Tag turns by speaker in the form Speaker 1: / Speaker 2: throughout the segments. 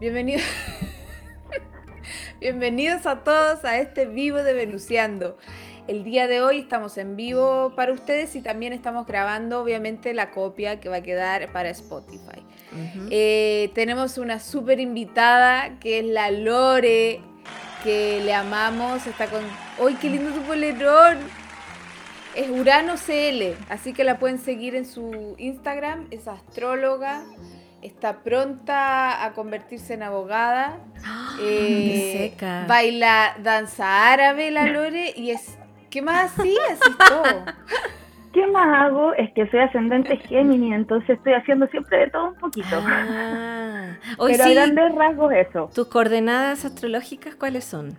Speaker 1: Bienvenido... Bienvenidos a todos a este vivo de Venuciando. El día de hoy estamos en vivo para ustedes y también estamos grabando obviamente la copia que va a quedar para Spotify. Uh -huh. eh, tenemos una súper invitada que es la Lore, que le amamos. Está con... ¡Uy, qué lindo tu polerón! Es Urano CL, así que la pueden seguir en su Instagram, es astróloga está pronta a convertirse en abogada.
Speaker 2: ¡Oh, eh, seca.
Speaker 1: Baila danza árabe la Lore y es ¿qué más hacías? todo.
Speaker 3: ¿Qué más hago? Es que soy ascendente Géminis, entonces estoy haciendo siempre de todo un poquito.
Speaker 2: Ah,
Speaker 3: hoy Pero sí, a grandes rasgos eso.
Speaker 2: ¿Tus coordenadas astrológicas cuáles son?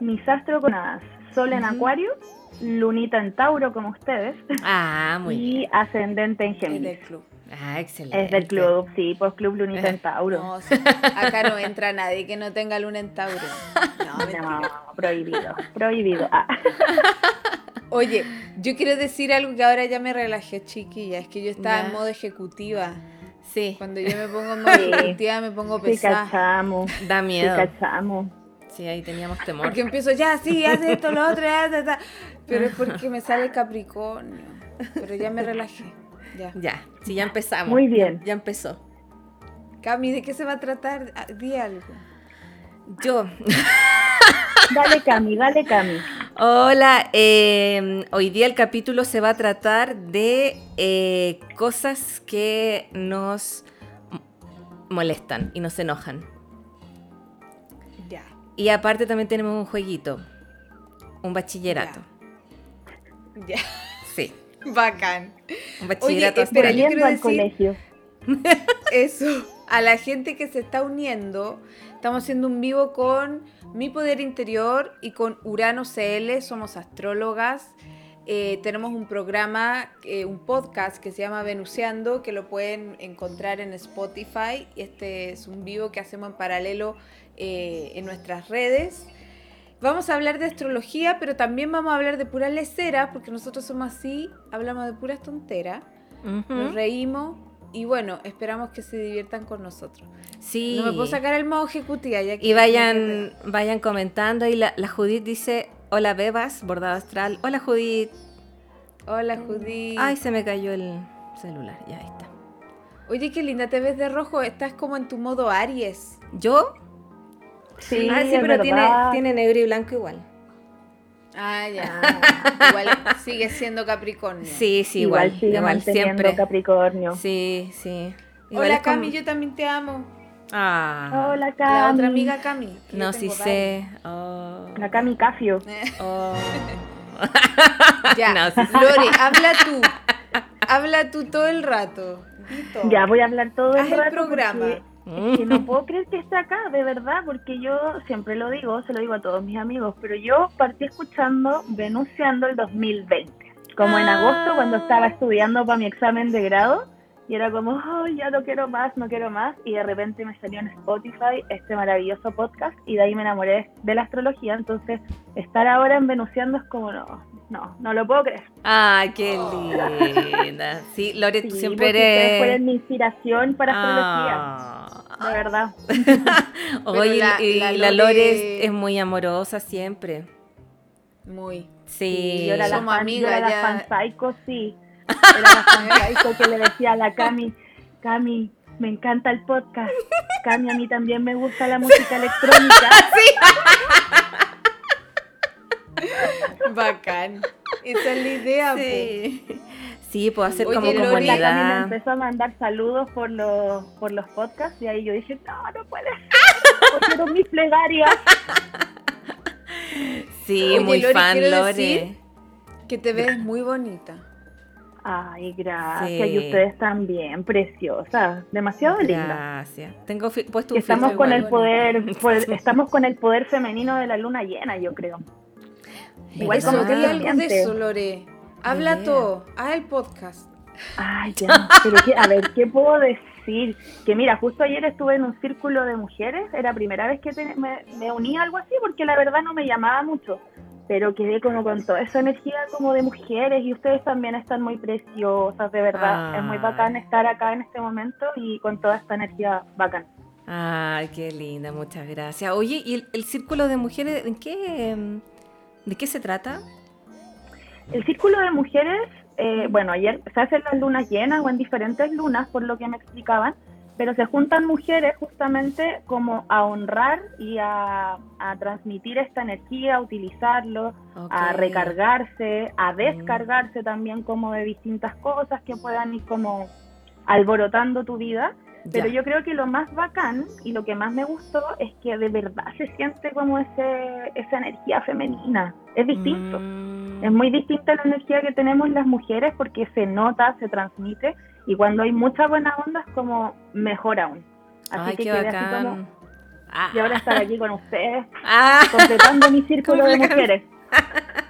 Speaker 3: Mis astrocoordenadas, Sol en uh -huh. Acuario, Lunita en Tauro como ustedes.
Speaker 2: Ah, muy
Speaker 3: y
Speaker 2: bien.
Speaker 3: ascendente en Géminis.
Speaker 2: club. Ah, excelente.
Speaker 3: Es del club, sí, pues Club Lunita en Tauro.
Speaker 1: No, o sea, acá no entra nadie que no tenga luna en Tauro.
Speaker 3: No, no prohibido, prohibido. Ah.
Speaker 1: Oye, yo quiero decir algo que ahora ya me relajé, chiquilla. Es que yo estaba nah. en modo ejecutiva.
Speaker 2: Sí.
Speaker 1: Cuando yo me pongo en modo sí. ejecutiva me pongo pesada.
Speaker 3: Sí, cachamos.
Speaker 2: Da miedo.
Speaker 3: Sí, cachamos.
Speaker 2: Sí, ahí teníamos temor.
Speaker 1: Porque empiezo, ya, sí, haz esto, lo otro, haz esto. Pero es porque me sale el Capricornio. Pero ya me relajé. Ya.
Speaker 2: Ya, sí, ya empezamos.
Speaker 3: Muy bien.
Speaker 2: Ya, ya, empezó.
Speaker 1: Cami, ¿de qué se va a tratar? Ah, Di algo.
Speaker 2: Yo.
Speaker 3: dale, Cami, dale, Cami.
Speaker 2: Hola, eh, hoy día el capítulo se va a tratar de eh, cosas que nos molestan y nos enojan.
Speaker 1: Ya.
Speaker 2: Y aparte también tenemos un jueguito, un bachillerato.
Speaker 1: Ya. ya.
Speaker 2: Sí.
Speaker 1: Bacán.
Speaker 2: Un bachillerato
Speaker 3: Oye, pero yo quiero al decir colegio.
Speaker 1: Eso. A la gente que se está uniendo, estamos haciendo un vivo con Mi Poder Interior y con Urano CL, somos astrólogas. Eh, tenemos un programa, eh, un podcast que se llama Venuseando, que lo pueden encontrar en Spotify. Este es un vivo que hacemos en paralelo eh, en nuestras redes. Vamos a hablar de astrología, pero también vamos a hablar de pura lecera, porque nosotros somos así, hablamos de puras tonteras, uh -huh. nos reímos y bueno, esperamos que se diviertan con nosotros.
Speaker 2: Sí.
Speaker 1: No me puedo sacar el modo ejecutiva ya que
Speaker 2: Y vayan, vayan comentando y la, la, Judith dice, hola Bebas, bordado astral. Hola Judith.
Speaker 1: Hola Judith.
Speaker 2: Ay, se me cayó el celular, ya ahí está.
Speaker 1: Oye, qué linda, te ves de rojo, estás como en tu modo Aries.
Speaker 2: ¿Yo?
Speaker 3: Sí,
Speaker 2: ah, sí pero tiene, tiene, negro y blanco igual.
Speaker 1: Ah, ya. igual sigue siendo Capricornio.
Speaker 2: Sí, sí, igual. Igual, igual siempre.
Speaker 3: Capricornio.
Speaker 2: Sí, sí.
Speaker 1: Igual Hola, Cami, como... yo también te amo.
Speaker 2: Ah.
Speaker 3: Hola, Cami. La
Speaker 1: otra amiga Cami.
Speaker 2: No, sí si sé. Oh.
Speaker 3: La Cami Cafio.
Speaker 2: Oh.
Speaker 1: ya. No, si Lore, habla tú. Habla tú todo el rato. Todo.
Speaker 3: Ya, voy a hablar todo el
Speaker 1: Haz
Speaker 3: rato.
Speaker 1: el programa.
Speaker 3: Porque... Es que no puedo creer que esté acá, de verdad, porque yo siempre lo digo, se lo digo a todos mis amigos, pero yo partí escuchando Venunciando el 2020, como ah. en agosto cuando estaba estudiando para mi examen de grado, y era como, oh, ya no quiero más, no quiero más, y de repente me salió en Spotify este maravilloso podcast, y de ahí me enamoré de la astrología, entonces estar ahora en Venunciando es como, no, no, no lo puedo creer.
Speaker 2: Ah, qué oh. linda. Sí, Lore, sí, tú siempre
Speaker 3: eres... Fueron mi inspiración para astrología. Oh de verdad.
Speaker 2: Ah. Oye, la, y la, la Lore, Lore es, es, muy amorosa siempre.
Speaker 1: Muy.
Speaker 2: Sí.
Speaker 3: Yo era la Somos fan, amiga, yo era ya... la fan psycho, sí. Era la fan psycho que le decía a la Cami, Cami, me encanta el podcast. Cami, a mí también me gusta la música electrónica.
Speaker 1: Sí. Bacán. Esa es la idea,
Speaker 2: sí. Pues. Sí, puedo hacer Oye, como Lore, comunidad.
Speaker 3: La me empezó a mandar saludos por los, por los podcasts y ahí yo dije, no, no puede ser, mis plegarias.
Speaker 2: Sí, Oye, muy Lore, fan, Lore.
Speaker 1: que te ves muy bonita.
Speaker 3: Ay, gracias.
Speaker 2: Sí.
Speaker 3: Y ustedes también, preciosas. Demasiado lindas.
Speaker 2: Gracias. Tengo fi- puesto
Speaker 3: Y
Speaker 2: un
Speaker 3: Estamos
Speaker 2: filtro
Speaker 3: con
Speaker 2: igual.
Speaker 3: el poder, poder- pues, estamos con el poder femenino de la luna llena, yo creo.
Speaker 1: Igual
Speaker 2: ¿Verdad?
Speaker 1: como que hay
Speaker 3: Ah.
Speaker 1: algo de eso, Lore. Habla
Speaker 2: Idea.
Speaker 1: todo, haz el podcast.
Speaker 3: Ay, ya. Pero que- a ver, ¿qué puedo decir? Que mira, justo ayer estuve en un círculo de mujeres. Era la primera vez que te- me, me uní a algo así porque la verdad no me llamaba mucho. Pero quedé como con toda esa energía como de mujeres y ustedes también están muy preciosas, de verdad. Es muy
Speaker 2: Ay.
Speaker 3: bacán estar acá en este momento y con toda esta energía bacán.
Speaker 2: Ay, qué linda, muchas gracias. Oye, ¿y el, el círculo de mujeres, en qué, em, de qué se trata?
Speaker 3: El círculo de mujeres, eh, bueno, ayer se hacen las lunas llenas o en diferentes lunas, por lo que me explicaban, pero se juntan mujeres justamente como a honrar y a, a transmitir esta energía, a utilizarlo, a
Speaker 2: Ok.
Speaker 3: recargarse, a descargarse también como de distintas cosas que puedan ir como alborotando tu vida. Pero
Speaker 2: Ya.
Speaker 3: yo creo que lo más bacán y lo que más me gustó es que de verdad se siente como ese, esa energía femenina. Es distinto. Em,
Speaker 2: Mm.
Speaker 3: Es muy distinta la energía que tenemos las mujeres porque se nota, se transmite y cuando hay mucha buena onda es como mejor aún. Así
Speaker 2: Ay,
Speaker 3: que
Speaker 2: qué
Speaker 3: quedé así
Speaker 2: bacán.
Speaker 3: como,
Speaker 2: Ah,
Speaker 3: y ahora estar aquí con ustedes,
Speaker 2: ah,
Speaker 3: completando mi círculo de
Speaker 2: Completando.
Speaker 3: mujeres.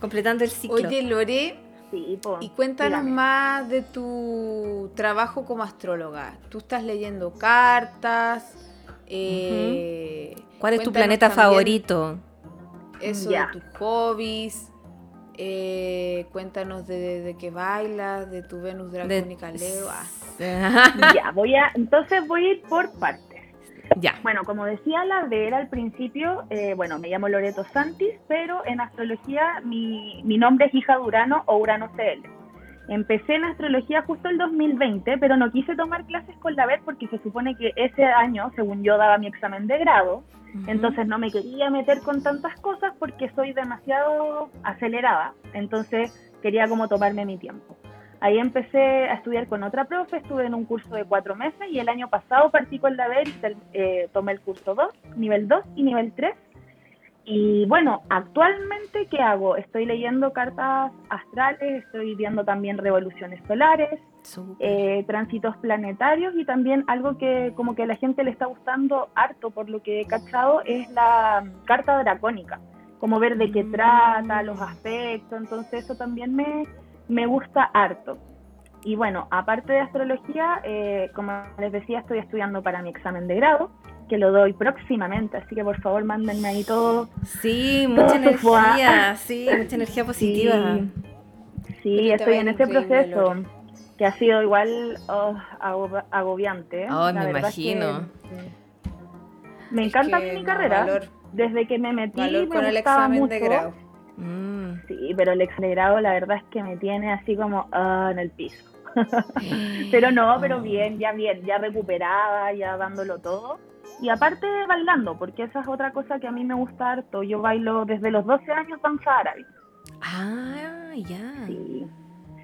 Speaker 2: completando el ciclo.
Speaker 1: Oye, Lore,
Speaker 3: Sí, po,
Speaker 1: y cuéntanos
Speaker 3: dígame.
Speaker 1: más de tu trabajo como astróloga. Tú estás leyendo cartas. eh,
Speaker 2: ¿Cuál es
Speaker 1: cuéntanos
Speaker 2: tu planeta
Speaker 1: también
Speaker 2: favorito?
Speaker 1: Eso
Speaker 3: Ya.
Speaker 1: de tus hobbies. eh, cuéntanos de, de, qué bailas, de tu Venus Dracónica Leo. ah.
Speaker 3: Ya, voy a, entonces voy a ir por partes.
Speaker 2: ya.
Speaker 3: Bueno, como decía la Vera al principio, eh, bueno, me llamo Loreto Santis, pero en astrología mi, mi nombre es hija de Urano o Urano CL. Empecé en astrología justo el 2020, pero no quise tomar clases con la Ver porque se supone que ese año, según yo, daba mi examen de grado, entonces no me quería meter con tantas cosas porque soy demasiado acelerada, entonces quería como tomarme mi tiempo. Ahí empecé a estudiar con otra profe, estuve en un curso de cuatro meses y el año pasado partí con la BER y tel- eh, tomé el curso 2, nivel 2 y nivel 3. Y bueno, actualmente, ¿qué hago? Estoy leyendo cartas astrales, estoy viendo también revoluciones solares,
Speaker 2: Súper.
Speaker 3: eh, tránsitos planetarios y también algo que como que a la gente le está gustando harto por lo que he cachado es la mm, carta dracónica, como ver de qué
Speaker 2: Mm.
Speaker 3: trata, los aspectos, entonces eso también me, me gusta harto. Y bueno, aparte de astrología, eh, como les decía, estoy estudiando para mi examen de grado, que lo doy próximamente, así que por favor mándenme ahí todo.
Speaker 2: sí, mucha
Speaker 3: todo su fuá.
Speaker 2: energía, sí, mucha energía positiva.
Speaker 3: Sí.
Speaker 1: Pero
Speaker 3: Sí,
Speaker 1: te
Speaker 3: estoy
Speaker 1: va
Speaker 3: en ese
Speaker 1: increíble,
Speaker 3: proceso
Speaker 1: Lore.
Speaker 3: que ha sido igual oh, agob- agobiante. ¿eh?
Speaker 2: Ay,
Speaker 3: La
Speaker 2: me
Speaker 3: verdad es que,
Speaker 2: imagino.
Speaker 3: mm, me
Speaker 1: Es
Speaker 3: encanta
Speaker 1: que,
Speaker 3: mi
Speaker 1: no,
Speaker 3: carrera.
Speaker 1: valor-
Speaker 3: Desde que me metí
Speaker 1: valor
Speaker 3: me
Speaker 1: con el
Speaker 3: gustaba
Speaker 1: examen
Speaker 3: mucho.
Speaker 1: de grado.
Speaker 2: Mm.
Speaker 3: Sí, pero el examen de grado la verdad es que me tiene así como ah, en el piso. Pero no, pero
Speaker 1: Ah.
Speaker 2: Oh.
Speaker 3: bien, ya bien, ya recuperada, ya dándolo todo. Y aparte bailando, porque esa es otra cosa que a mí me gusta harto. Yo bailo desde los 12 años danza árabe.
Speaker 2: Ah, ya.
Speaker 3: Sí.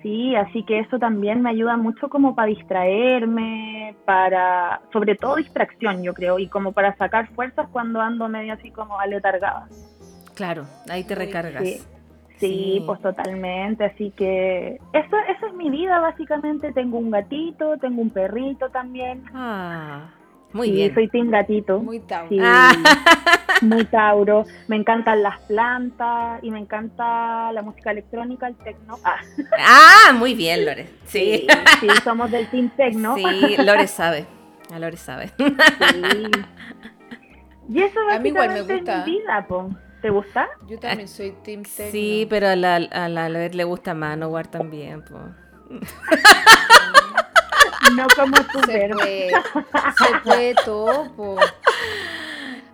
Speaker 3: Sí, así que eso también me ayuda mucho como para distraerme, para, sobre todo distracción, yo creo, y como para sacar fuerzas cuando ando medio así como aletargada.
Speaker 2: Claro, ahí te
Speaker 1: Uy,
Speaker 2: recargas.
Speaker 3: sí. Sí,
Speaker 2: Sí.
Speaker 3: pues totalmente, así que eso, eso es mi vida básicamente, tengo un gatito, tengo un perrito también.
Speaker 2: Ah, muy
Speaker 3: Sí,
Speaker 2: bien.
Speaker 3: Soy team gatito.
Speaker 1: Muy tabla.
Speaker 3: Sí,
Speaker 2: Ah,
Speaker 3: muy Tauro. Me encantan las plantas y me encanta la música electrónica, el techno. Ah,
Speaker 2: ah, muy bien, Lore. Sí.
Speaker 3: sí, somos del team techno.
Speaker 2: Sí, Lore sabe. A Lore sabe.
Speaker 3: Sí. Y eso
Speaker 1: A mí igual me
Speaker 3: básicamente
Speaker 1: gusta.
Speaker 3: es mi vida, po. ¿Te gusta?
Speaker 1: Yo también soy Team Tecno.
Speaker 2: Ah, Sí, pero a la, a la Lore le gusta Manowar también. po.
Speaker 3: No como tu
Speaker 1: se
Speaker 3: verbo.
Speaker 1: fue, se fue todo. po.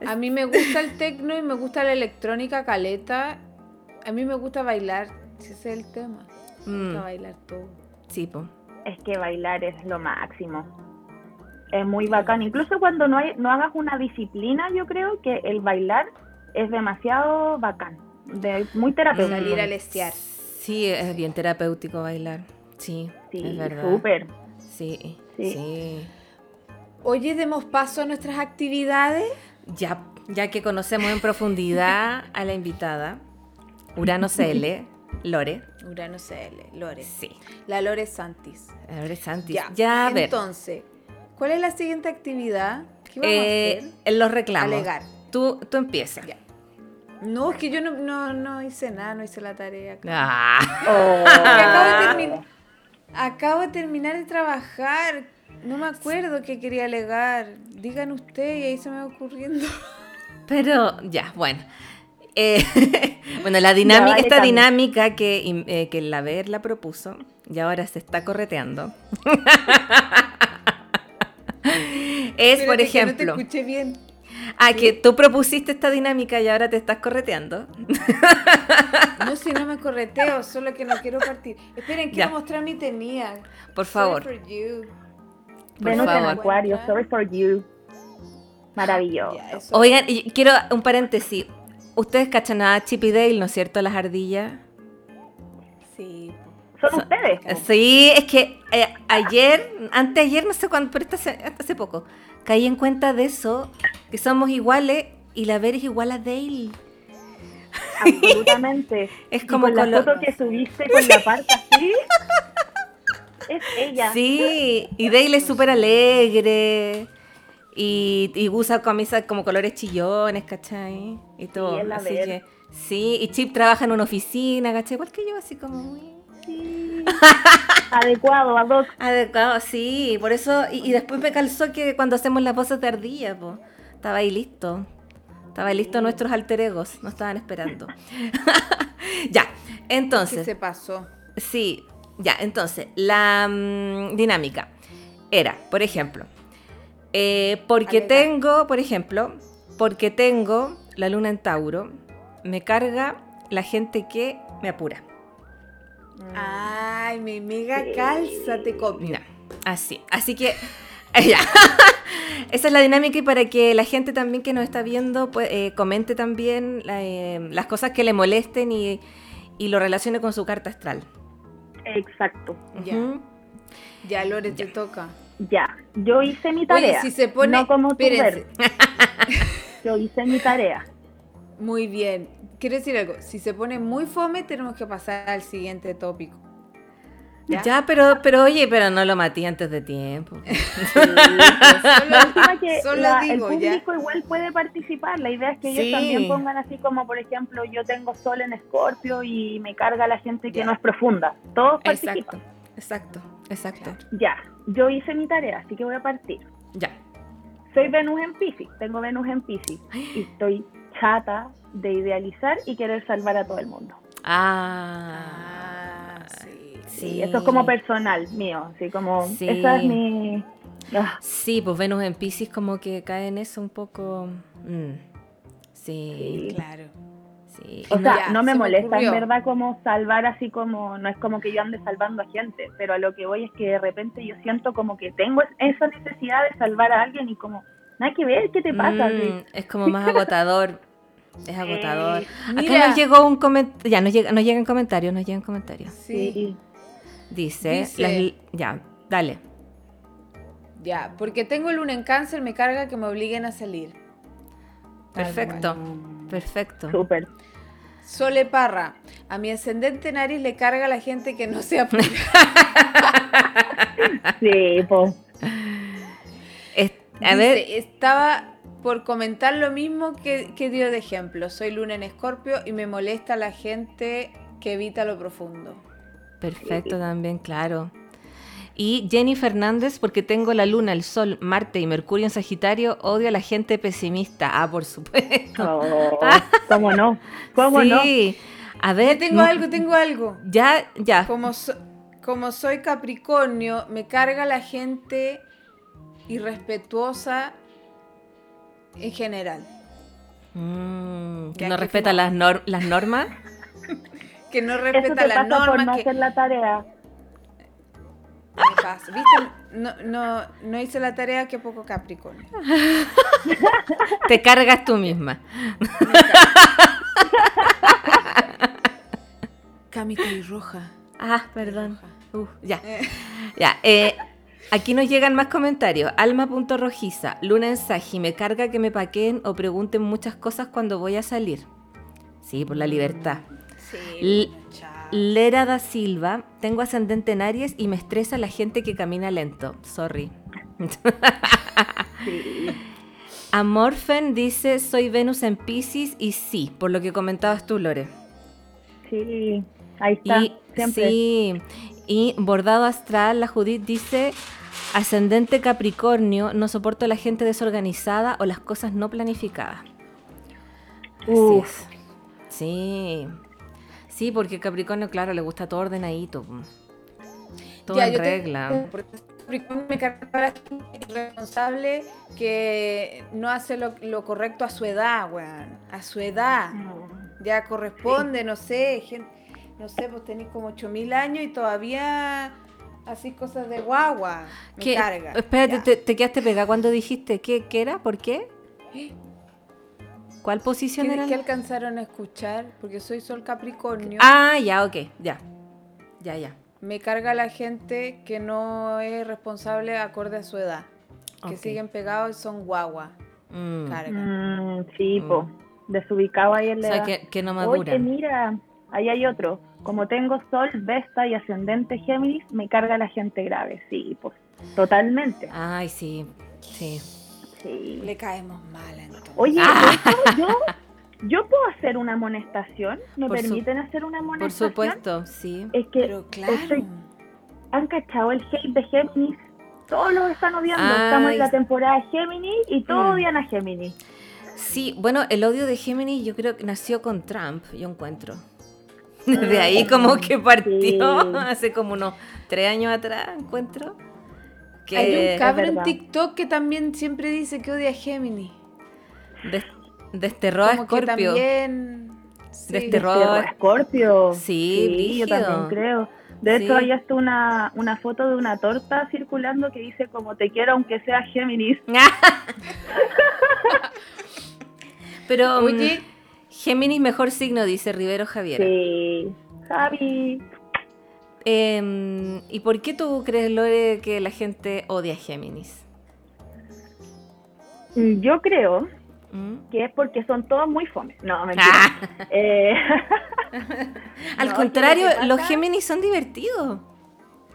Speaker 1: A mí me gusta el tecno y me gusta la electrónica caleta. A mí me gusta bailar, si ese es el tema. Me
Speaker 2: Mm,
Speaker 1: gusta bailar todo.
Speaker 2: sí, po.
Speaker 3: Es que bailar es lo máximo. Es muy bacán. Incluso cuando no, hay, no hagas una disciplina, yo creo que el bailar es demasiado bacán. De, muy terapéutico.
Speaker 1: Salir a
Speaker 2: Mm.
Speaker 1: lesear.
Speaker 2: Sí, es bien terapéutico bailar. Sí, es
Speaker 3: Sí,
Speaker 2: verdad.
Speaker 3: súper.
Speaker 2: Sí,
Speaker 3: Sí.
Speaker 2: sí.
Speaker 1: Oye, demos paso a nuestras actividades.
Speaker 2: Ya, ya que conocemos en profundidad a la invitada, Urano CL, Lore.
Speaker 1: Urano CL, Lore.
Speaker 2: Sí.
Speaker 1: La Lore Santis.
Speaker 2: Lore Santis.
Speaker 1: Ya,
Speaker 2: Ya, a ver.
Speaker 1: Entonces, ¿cuál es la siguiente actividad que vamos
Speaker 2: eh,
Speaker 1: a hacer?
Speaker 2: en los reclamos.
Speaker 1: Alegar.
Speaker 2: Tú, tú empiezas.
Speaker 1: Ya. No, es que yo no, no, no hice nada, no hice la tarea.
Speaker 2: Ah.
Speaker 1: Porque Acabo, de termin- acabo de terminar de trabajar. No me acuerdo qué quería alegar. Digan ustedes y ahí se me va ocurriendo.
Speaker 2: Pero ya, bueno. Eh, bueno, la dinámica,
Speaker 3: vale,
Speaker 2: esta
Speaker 3: cambio.
Speaker 2: dinámica que, im- eh, que la Verla propuso y ahora se está correteando. es,
Speaker 1: Espérate,
Speaker 2: por
Speaker 1: que
Speaker 2: ejemplo,
Speaker 1: no te escuché bien.
Speaker 2: ah, que tú propusiste esta dinámica y ahora te estás correteando.
Speaker 1: No, si no me correteo, solo que no quiero partir. Esperen,
Speaker 2: Ya.
Speaker 1: quiero mostrar mi tenía.
Speaker 2: Por favor,
Speaker 1: Sorry for you.
Speaker 2: por
Speaker 3: Venus en
Speaker 2: favor.
Speaker 3: Acuario, sorry for you. Maravilloso.
Speaker 1: Ya, eso.
Speaker 2: Oigan, y quiero un paréntesis. Ustedes cachan a Chip y Dale, ¿no es cierto? Las ardillas.
Speaker 1: Sí. po.
Speaker 3: Son ustedes.
Speaker 1: Oh.
Speaker 2: Sí, es que eh, ayer, anteayer, no sé cuándo, pero esta se- hasta hace poco, caí en cuenta de eso, que somos iguales y la Ver es igual a Dale.
Speaker 3: Absolutamente.
Speaker 2: Es
Speaker 3: Y
Speaker 2: como
Speaker 3: con la
Speaker 2: color-
Speaker 3: foto que subiste con la parte así. Es ella.
Speaker 2: Sí, y Dale es súper alegre y, y usa camisas como colores chillones, ¿cachai? Y todo.
Speaker 3: es la
Speaker 2: así
Speaker 3: Ver.
Speaker 2: que, sí, y Chip trabaja en una oficina, ¿cachai? Igual que yo, así como muy...
Speaker 3: Adecuado, ad hoc.
Speaker 2: Adecuado, sí, por eso, y, y después me calzó que cuando hacemos las voces de ardilla, po, estaba ahí listo, estaba ahí listo nuestros alter egos, nos estaban esperando. ya,
Speaker 1: ¿Qué
Speaker 2: entonces,
Speaker 1: se pasó?
Speaker 2: sí, ya, entonces, la mm, dinámica era, por ejemplo, eh, porque
Speaker 1: Alegar.
Speaker 2: tengo, por ejemplo, porque tengo la luna en Tauro, me carga la gente que me apura. Mm.
Speaker 1: Ay, mi mega calza, te copio.
Speaker 2: Ya, así. Así que. ya. Esa es la dinámica y para que la gente también que nos está viendo pues, eh, comente también la, eh, las cosas que le molesten y, y lo relacione con su carta astral.
Speaker 3: Exacto.
Speaker 1: Ya.
Speaker 2: Ujú.
Speaker 1: Ya, Lore, te toca.
Speaker 3: Ya. Yo hice mi
Speaker 1: Oye,
Speaker 3: tarea.
Speaker 1: si se pone.
Speaker 3: No como tú,
Speaker 1: espérense.
Speaker 3: Ver. Yo hice mi tarea.
Speaker 1: Muy bien. Quiero decir algo. Si se pone muy fome, tenemos que pasar al siguiente tópico.
Speaker 2: ¿Ya? pero, pero oye, pero no lo maté antes de tiempo.
Speaker 3: Sí, pues,
Speaker 1: Solo,
Speaker 3: lo último es que
Speaker 1: Ah, solo
Speaker 3: la-
Speaker 1: digo,
Speaker 3: el
Speaker 1: ya.
Speaker 3: público igual puede participar. La idea es que ellos
Speaker 2: Sí.
Speaker 3: también pongan así como, por ejemplo, yo tengo sol en Escorpio y me carga la gente que
Speaker 1: Ya.
Speaker 3: no es profunda. Todos participan.
Speaker 2: Exacto, exacto, exacto.
Speaker 3: Ya, yo hice mi tarea, así que voy a partir.
Speaker 2: Ya.
Speaker 3: Soy Venus en Pisces, tengo Venus en Pisces y estoy chata de idealizar y querer salvar a todo el mundo.
Speaker 2: Ah.
Speaker 1: Ah, sí.
Speaker 3: Sí, eso es como personal mío, así como
Speaker 2: Sí.
Speaker 3: esa es mi ah,
Speaker 2: Sí, pues Venus en Pisces como que cae en eso un poco. mm. Sí,
Speaker 3: Sí.
Speaker 1: Claro.
Speaker 2: sí.
Speaker 3: o
Speaker 2: No,
Speaker 3: sea,
Speaker 1: ya,
Speaker 3: no me
Speaker 1: se me
Speaker 3: molesta
Speaker 1: ocurrió.
Speaker 3: en verdad como salvar así como no es como que yo ande salvando a gente, pero a lo que voy es que de repente yo siento como que tengo esa necesidad de salvar a alguien y como nada que ver, ¿qué te pasa?
Speaker 2: Mm,
Speaker 3: Así,
Speaker 2: Es como más agotador. Es agotador.
Speaker 3: Sí.
Speaker 2: Acá
Speaker 1: Mira.
Speaker 2: nos llegó un comentario. Ya, nos, llega, nos llegan comentarios, nos llegan comentarios.
Speaker 1: Sí.
Speaker 3: sí.
Speaker 2: Dice.
Speaker 1: Dice-
Speaker 2: las- ya, dale.
Speaker 1: Ya, porque tengo luna en cáncer, me carga que me obliguen a salir. Tal
Speaker 2: Perfecto. Perfecto.
Speaker 3: Súper.
Speaker 1: Sole Parra, a mi ascendente en Aries le carga a la gente que no se apura.
Speaker 3: Sí, pues.
Speaker 2: Es- a ver,
Speaker 1: Dice, estaba por comentar lo mismo que, que dio de ejemplo. Soy luna en escorpio y me molesta la gente que evita lo profundo.
Speaker 2: perfecto también, claro. Y Jenny Fernández, porque tengo la luna, el sol, Marte y Mercurio en Sagitario, odio a la gente pesimista. Ah, por supuesto.
Speaker 3: Oh, ¿Cómo no? ¿Cómo no?
Speaker 2: sí. A ver,
Speaker 1: Yo tengo
Speaker 2: mm,
Speaker 1: algo, tengo algo.
Speaker 2: Ya, ya.
Speaker 1: Como, so- como soy Capricornio, me carga la gente irrespetuosa en general.
Speaker 2: Mm, que
Speaker 1: Ya
Speaker 2: no
Speaker 1: que
Speaker 2: respeta
Speaker 1: fuimos.
Speaker 2: las, nor- las normas.
Speaker 1: Que no
Speaker 3: Eso
Speaker 1: respeta
Speaker 3: te
Speaker 1: las
Speaker 3: pasa por no
Speaker 1: normas. Que...
Speaker 3: hacer la tarea.
Speaker 1: Me pasa. ¿Viste? No, no, no hice la tarea, que poco Capricornio.
Speaker 2: Te cargas tú misma.
Speaker 1: Camita y roja.
Speaker 2: Ah, perdón. Uf, ya. Ya. eh, aquí nos llegan más comentarios. Alma.rojiza, Luna en Saji, me carga que me paqueen o pregunten muchas cosas cuando voy a salir. Sí, por la libertad.
Speaker 1: Sí.
Speaker 2: L-
Speaker 1: chao.
Speaker 2: Lera da Silva, tengo ascendente en Aries y me estresa la gente que camina lento. Sorry.
Speaker 3: Sí.
Speaker 2: Amorfen dice, soy Venus en Pisces y sí, por lo que comentabas tú, Lore.
Speaker 3: Sí, ahí está.
Speaker 2: y,
Speaker 3: siempre.
Speaker 2: sí, y Bordado Astral, la Judith dice, ascendente Capricornio, no soporto la gente desorganizada o las cosas no planificadas. Así
Speaker 3: Uf.
Speaker 2: es. Sí. Sí, porque Capricornio, claro, le gusta todo ordenadito. po. Todo
Speaker 1: Ya,
Speaker 2: en
Speaker 1: yo te-
Speaker 2: regla.
Speaker 1: porque Capricornio me carga la gente irresponsable que no hace lo, lo correcto a su edad, weón. A su edad.
Speaker 3: Mm.
Speaker 1: Ya corresponde, no sé, gente, no sé, pues tenéis como 8000 años y todavía así cosas de guagua. Me
Speaker 2: ¿Qué?
Speaker 1: carga.
Speaker 2: Espérate,
Speaker 1: Ya.
Speaker 2: te, te quedaste pegada cuando dijiste qué, qué era, por qué. ¿Cuál posición
Speaker 1: ¿Qué,
Speaker 2: era?
Speaker 1: qué
Speaker 2: la-
Speaker 1: alcanzaron a escuchar? Porque soy Sol Capricornio.
Speaker 2: Ah, ya, ok, ya. Ya, ya.
Speaker 1: Me carga la gente que no es responsable acorde a su edad. Que
Speaker 2: Ok.
Speaker 1: siguen pegados y son guagua.
Speaker 2: Mm.
Speaker 1: Carga.
Speaker 3: Mm, sí,
Speaker 2: Mm.
Speaker 3: po. Desubicado ahí
Speaker 2: O
Speaker 3: el
Speaker 2: sea, que, que no
Speaker 3: Oye,
Speaker 2: maduran.
Speaker 3: mira, ahí hay otro. Como tengo sol, Vesta y ascendente Géminis, me carga la gente grave. Sí, pues, totalmente.
Speaker 2: Ay, sí, sí.
Speaker 3: Sí.
Speaker 1: Le caemos mal entonces.
Speaker 3: Oye,
Speaker 2: Ah.
Speaker 3: ¿eso yo, yo puedo hacer una amonestación. ¿Me
Speaker 2: Por su-
Speaker 3: permiten hacer una
Speaker 2: Por
Speaker 3: amonestación?
Speaker 2: supuesto, sí.
Speaker 3: Es que
Speaker 1: Pero claro.
Speaker 3: estoy- han cachado el hate de Géminis. Todos los están odiando. Estamos
Speaker 2: Ay.
Speaker 3: en la temporada de Géminis y todos
Speaker 2: Mm.
Speaker 3: odian a Géminis.
Speaker 2: Sí, bueno, el odio de Géminis yo creo que nació con Trump, yo encuentro. De
Speaker 1: Ah,
Speaker 2: ahí como que partió
Speaker 3: Sí.
Speaker 2: hace como unos tres años atrás, encuentro. Que
Speaker 1: Hay un cabro
Speaker 3: Es
Speaker 1: en
Speaker 3: verdad.
Speaker 1: TikTok que también siempre dice que odia a Géminis.
Speaker 2: des- desterró a
Speaker 1: Como que
Speaker 2: Scorpio.
Speaker 1: también. sí.
Speaker 2: Desterró.
Speaker 3: Pero
Speaker 2: Ay.
Speaker 3: Scorpio.
Speaker 2: Sí,
Speaker 3: yo
Speaker 2: brígido.
Speaker 3: también creo. De
Speaker 2: Sí.
Speaker 3: hecho, hay hasta una, una foto de una torta circulando que dice como te quiero aunque sea Géminis.
Speaker 2: Pero mm,
Speaker 1: Oye,
Speaker 2: Géminis mejor signo, dice Rivero Javier.
Speaker 3: Sí. Javi.
Speaker 2: Em, ¿Y por qué tú crees, Lore, que la gente odia a Géminis?
Speaker 3: Yo creo
Speaker 2: ¿Mm?
Speaker 3: que es porque son todos muy fome. No, mentira.
Speaker 2: Ah,
Speaker 3: Eh,
Speaker 2: al
Speaker 3: No,
Speaker 2: contrario,
Speaker 3: que lo que
Speaker 2: los
Speaker 3: pasa-
Speaker 2: Géminis son divertidos.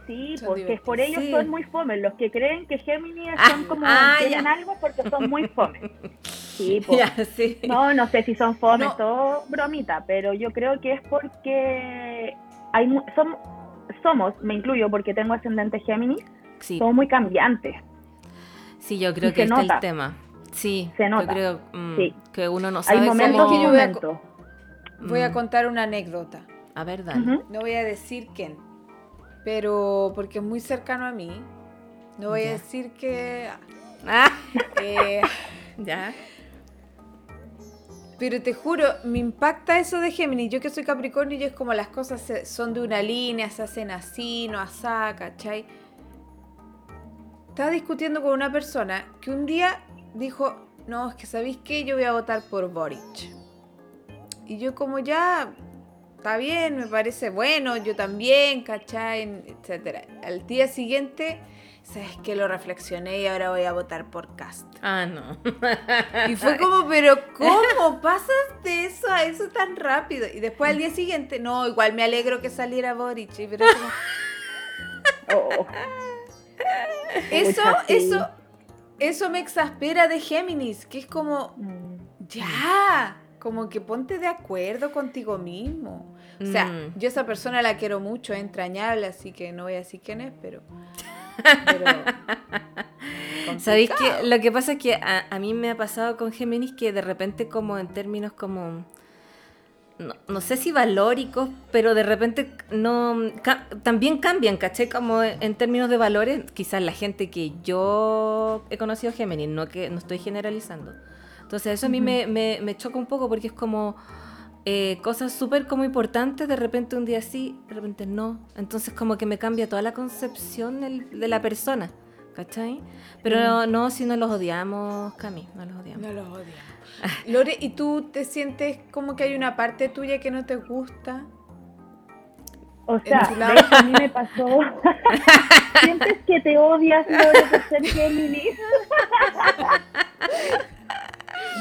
Speaker 3: sí,
Speaker 1: Son
Speaker 3: porque por
Speaker 2: divertidos.
Speaker 3: ellos
Speaker 2: Sí.
Speaker 3: son muy fome. Los que creen que Géminis
Speaker 2: Ah,
Speaker 3: son como
Speaker 2: ah,
Speaker 3: tienen
Speaker 2: ya.
Speaker 3: algo porque son muy fome. Sí, po.
Speaker 2: Ya, sí.
Speaker 3: No, no sé si son fome,
Speaker 1: No.
Speaker 3: todo bromita, pero yo creo que es porque hay mu- som- somos, me incluyo porque tengo ascendente Géminis,
Speaker 2: Sí,
Speaker 3: somos muy cambiantes.
Speaker 2: sí, yo creo
Speaker 3: y
Speaker 2: que
Speaker 3: se
Speaker 2: está el
Speaker 3: nota.
Speaker 2: tema. Sí,
Speaker 3: Se
Speaker 2: yo
Speaker 3: nota.
Speaker 2: creo mm,
Speaker 3: Sí.
Speaker 2: que uno no
Speaker 3: Hay
Speaker 2: sabe
Speaker 3: momentos
Speaker 2: cómo...
Speaker 1: que
Speaker 3: y
Speaker 1: yo voy a co-
Speaker 3: momentos.
Speaker 1: voy a
Speaker 2: Mm,
Speaker 1: contar una anécdota.
Speaker 2: A ver, dale.
Speaker 3: Ujú.
Speaker 1: No voy a decir quién, pero porque es muy cercano a mí. No voy
Speaker 2: Ya.
Speaker 1: a decir que...
Speaker 2: Ah,
Speaker 1: eh,
Speaker 2: ya.
Speaker 1: pero te juro, me impacta eso de Géminis. Yo que soy Capricornio, yo es como las cosas se- son de una línea, se hacen así, no asá, ¿cachai? Estaba discutiendo con una persona que un día dijo, no, es que sabéis qué, yo voy a votar por Boric. Y yo como ya, está bien, me parece bueno, yo también, ¿cachai? Etcétera. Al día siguiente, sabes que lo reflexioné y ahora voy a votar por Cast.
Speaker 2: Ah, no.
Speaker 1: Y fue como, pero ¿cómo pasas de eso a eso tan rápido? Y después al día siguiente, no, igual me alegro que saliera Boric. y Pero como-
Speaker 3: Oh,
Speaker 1: eso,
Speaker 3: Pucha, sí.
Speaker 1: eso, eso me exaspera de Géminis, que es como,
Speaker 3: mm.
Speaker 1: ya, como que ponte de acuerdo contigo mismo. O sea,
Speaker 2: Mm.
Speaker 1: yo esa persona la quiero mucho, es entrañable, así que no voy a decir quién es, pero... pero
Speaker 2: ¿Sabéis
Speaker 1: complicado.
Speaker 2: que lo que pasa es que a, a mí me ha pasado con Géminis que de repente como en términos como no, no sé si valóricos, pero de repente no ca- también cambian, ¿caché? Como en términos de valores, quizás la gente que yo he conocido Géminis, no que no estoy generalizando. Entonces eso a mí me, me- me choca un poco porque es como eh, cosas súper como importantes, de repente un día sí, de repente no. Entonces como que me cambia toda la concepción del- de la persona, ¿cachai? Pero
Speaker 3: Mm.
Speaker 2: no, si no los odiamos, Cami, no los odiamos.
Speaker 1: No los odio. Lore, ¿y tú te sientes como que hay una parte tuya que no te gusta?
Speaker 3: O sea,
Speaker 1: En tu lado.
Speaker 3: de hecho, a mí me pasó. Sientes que te odias, Lore, por ser Géminis.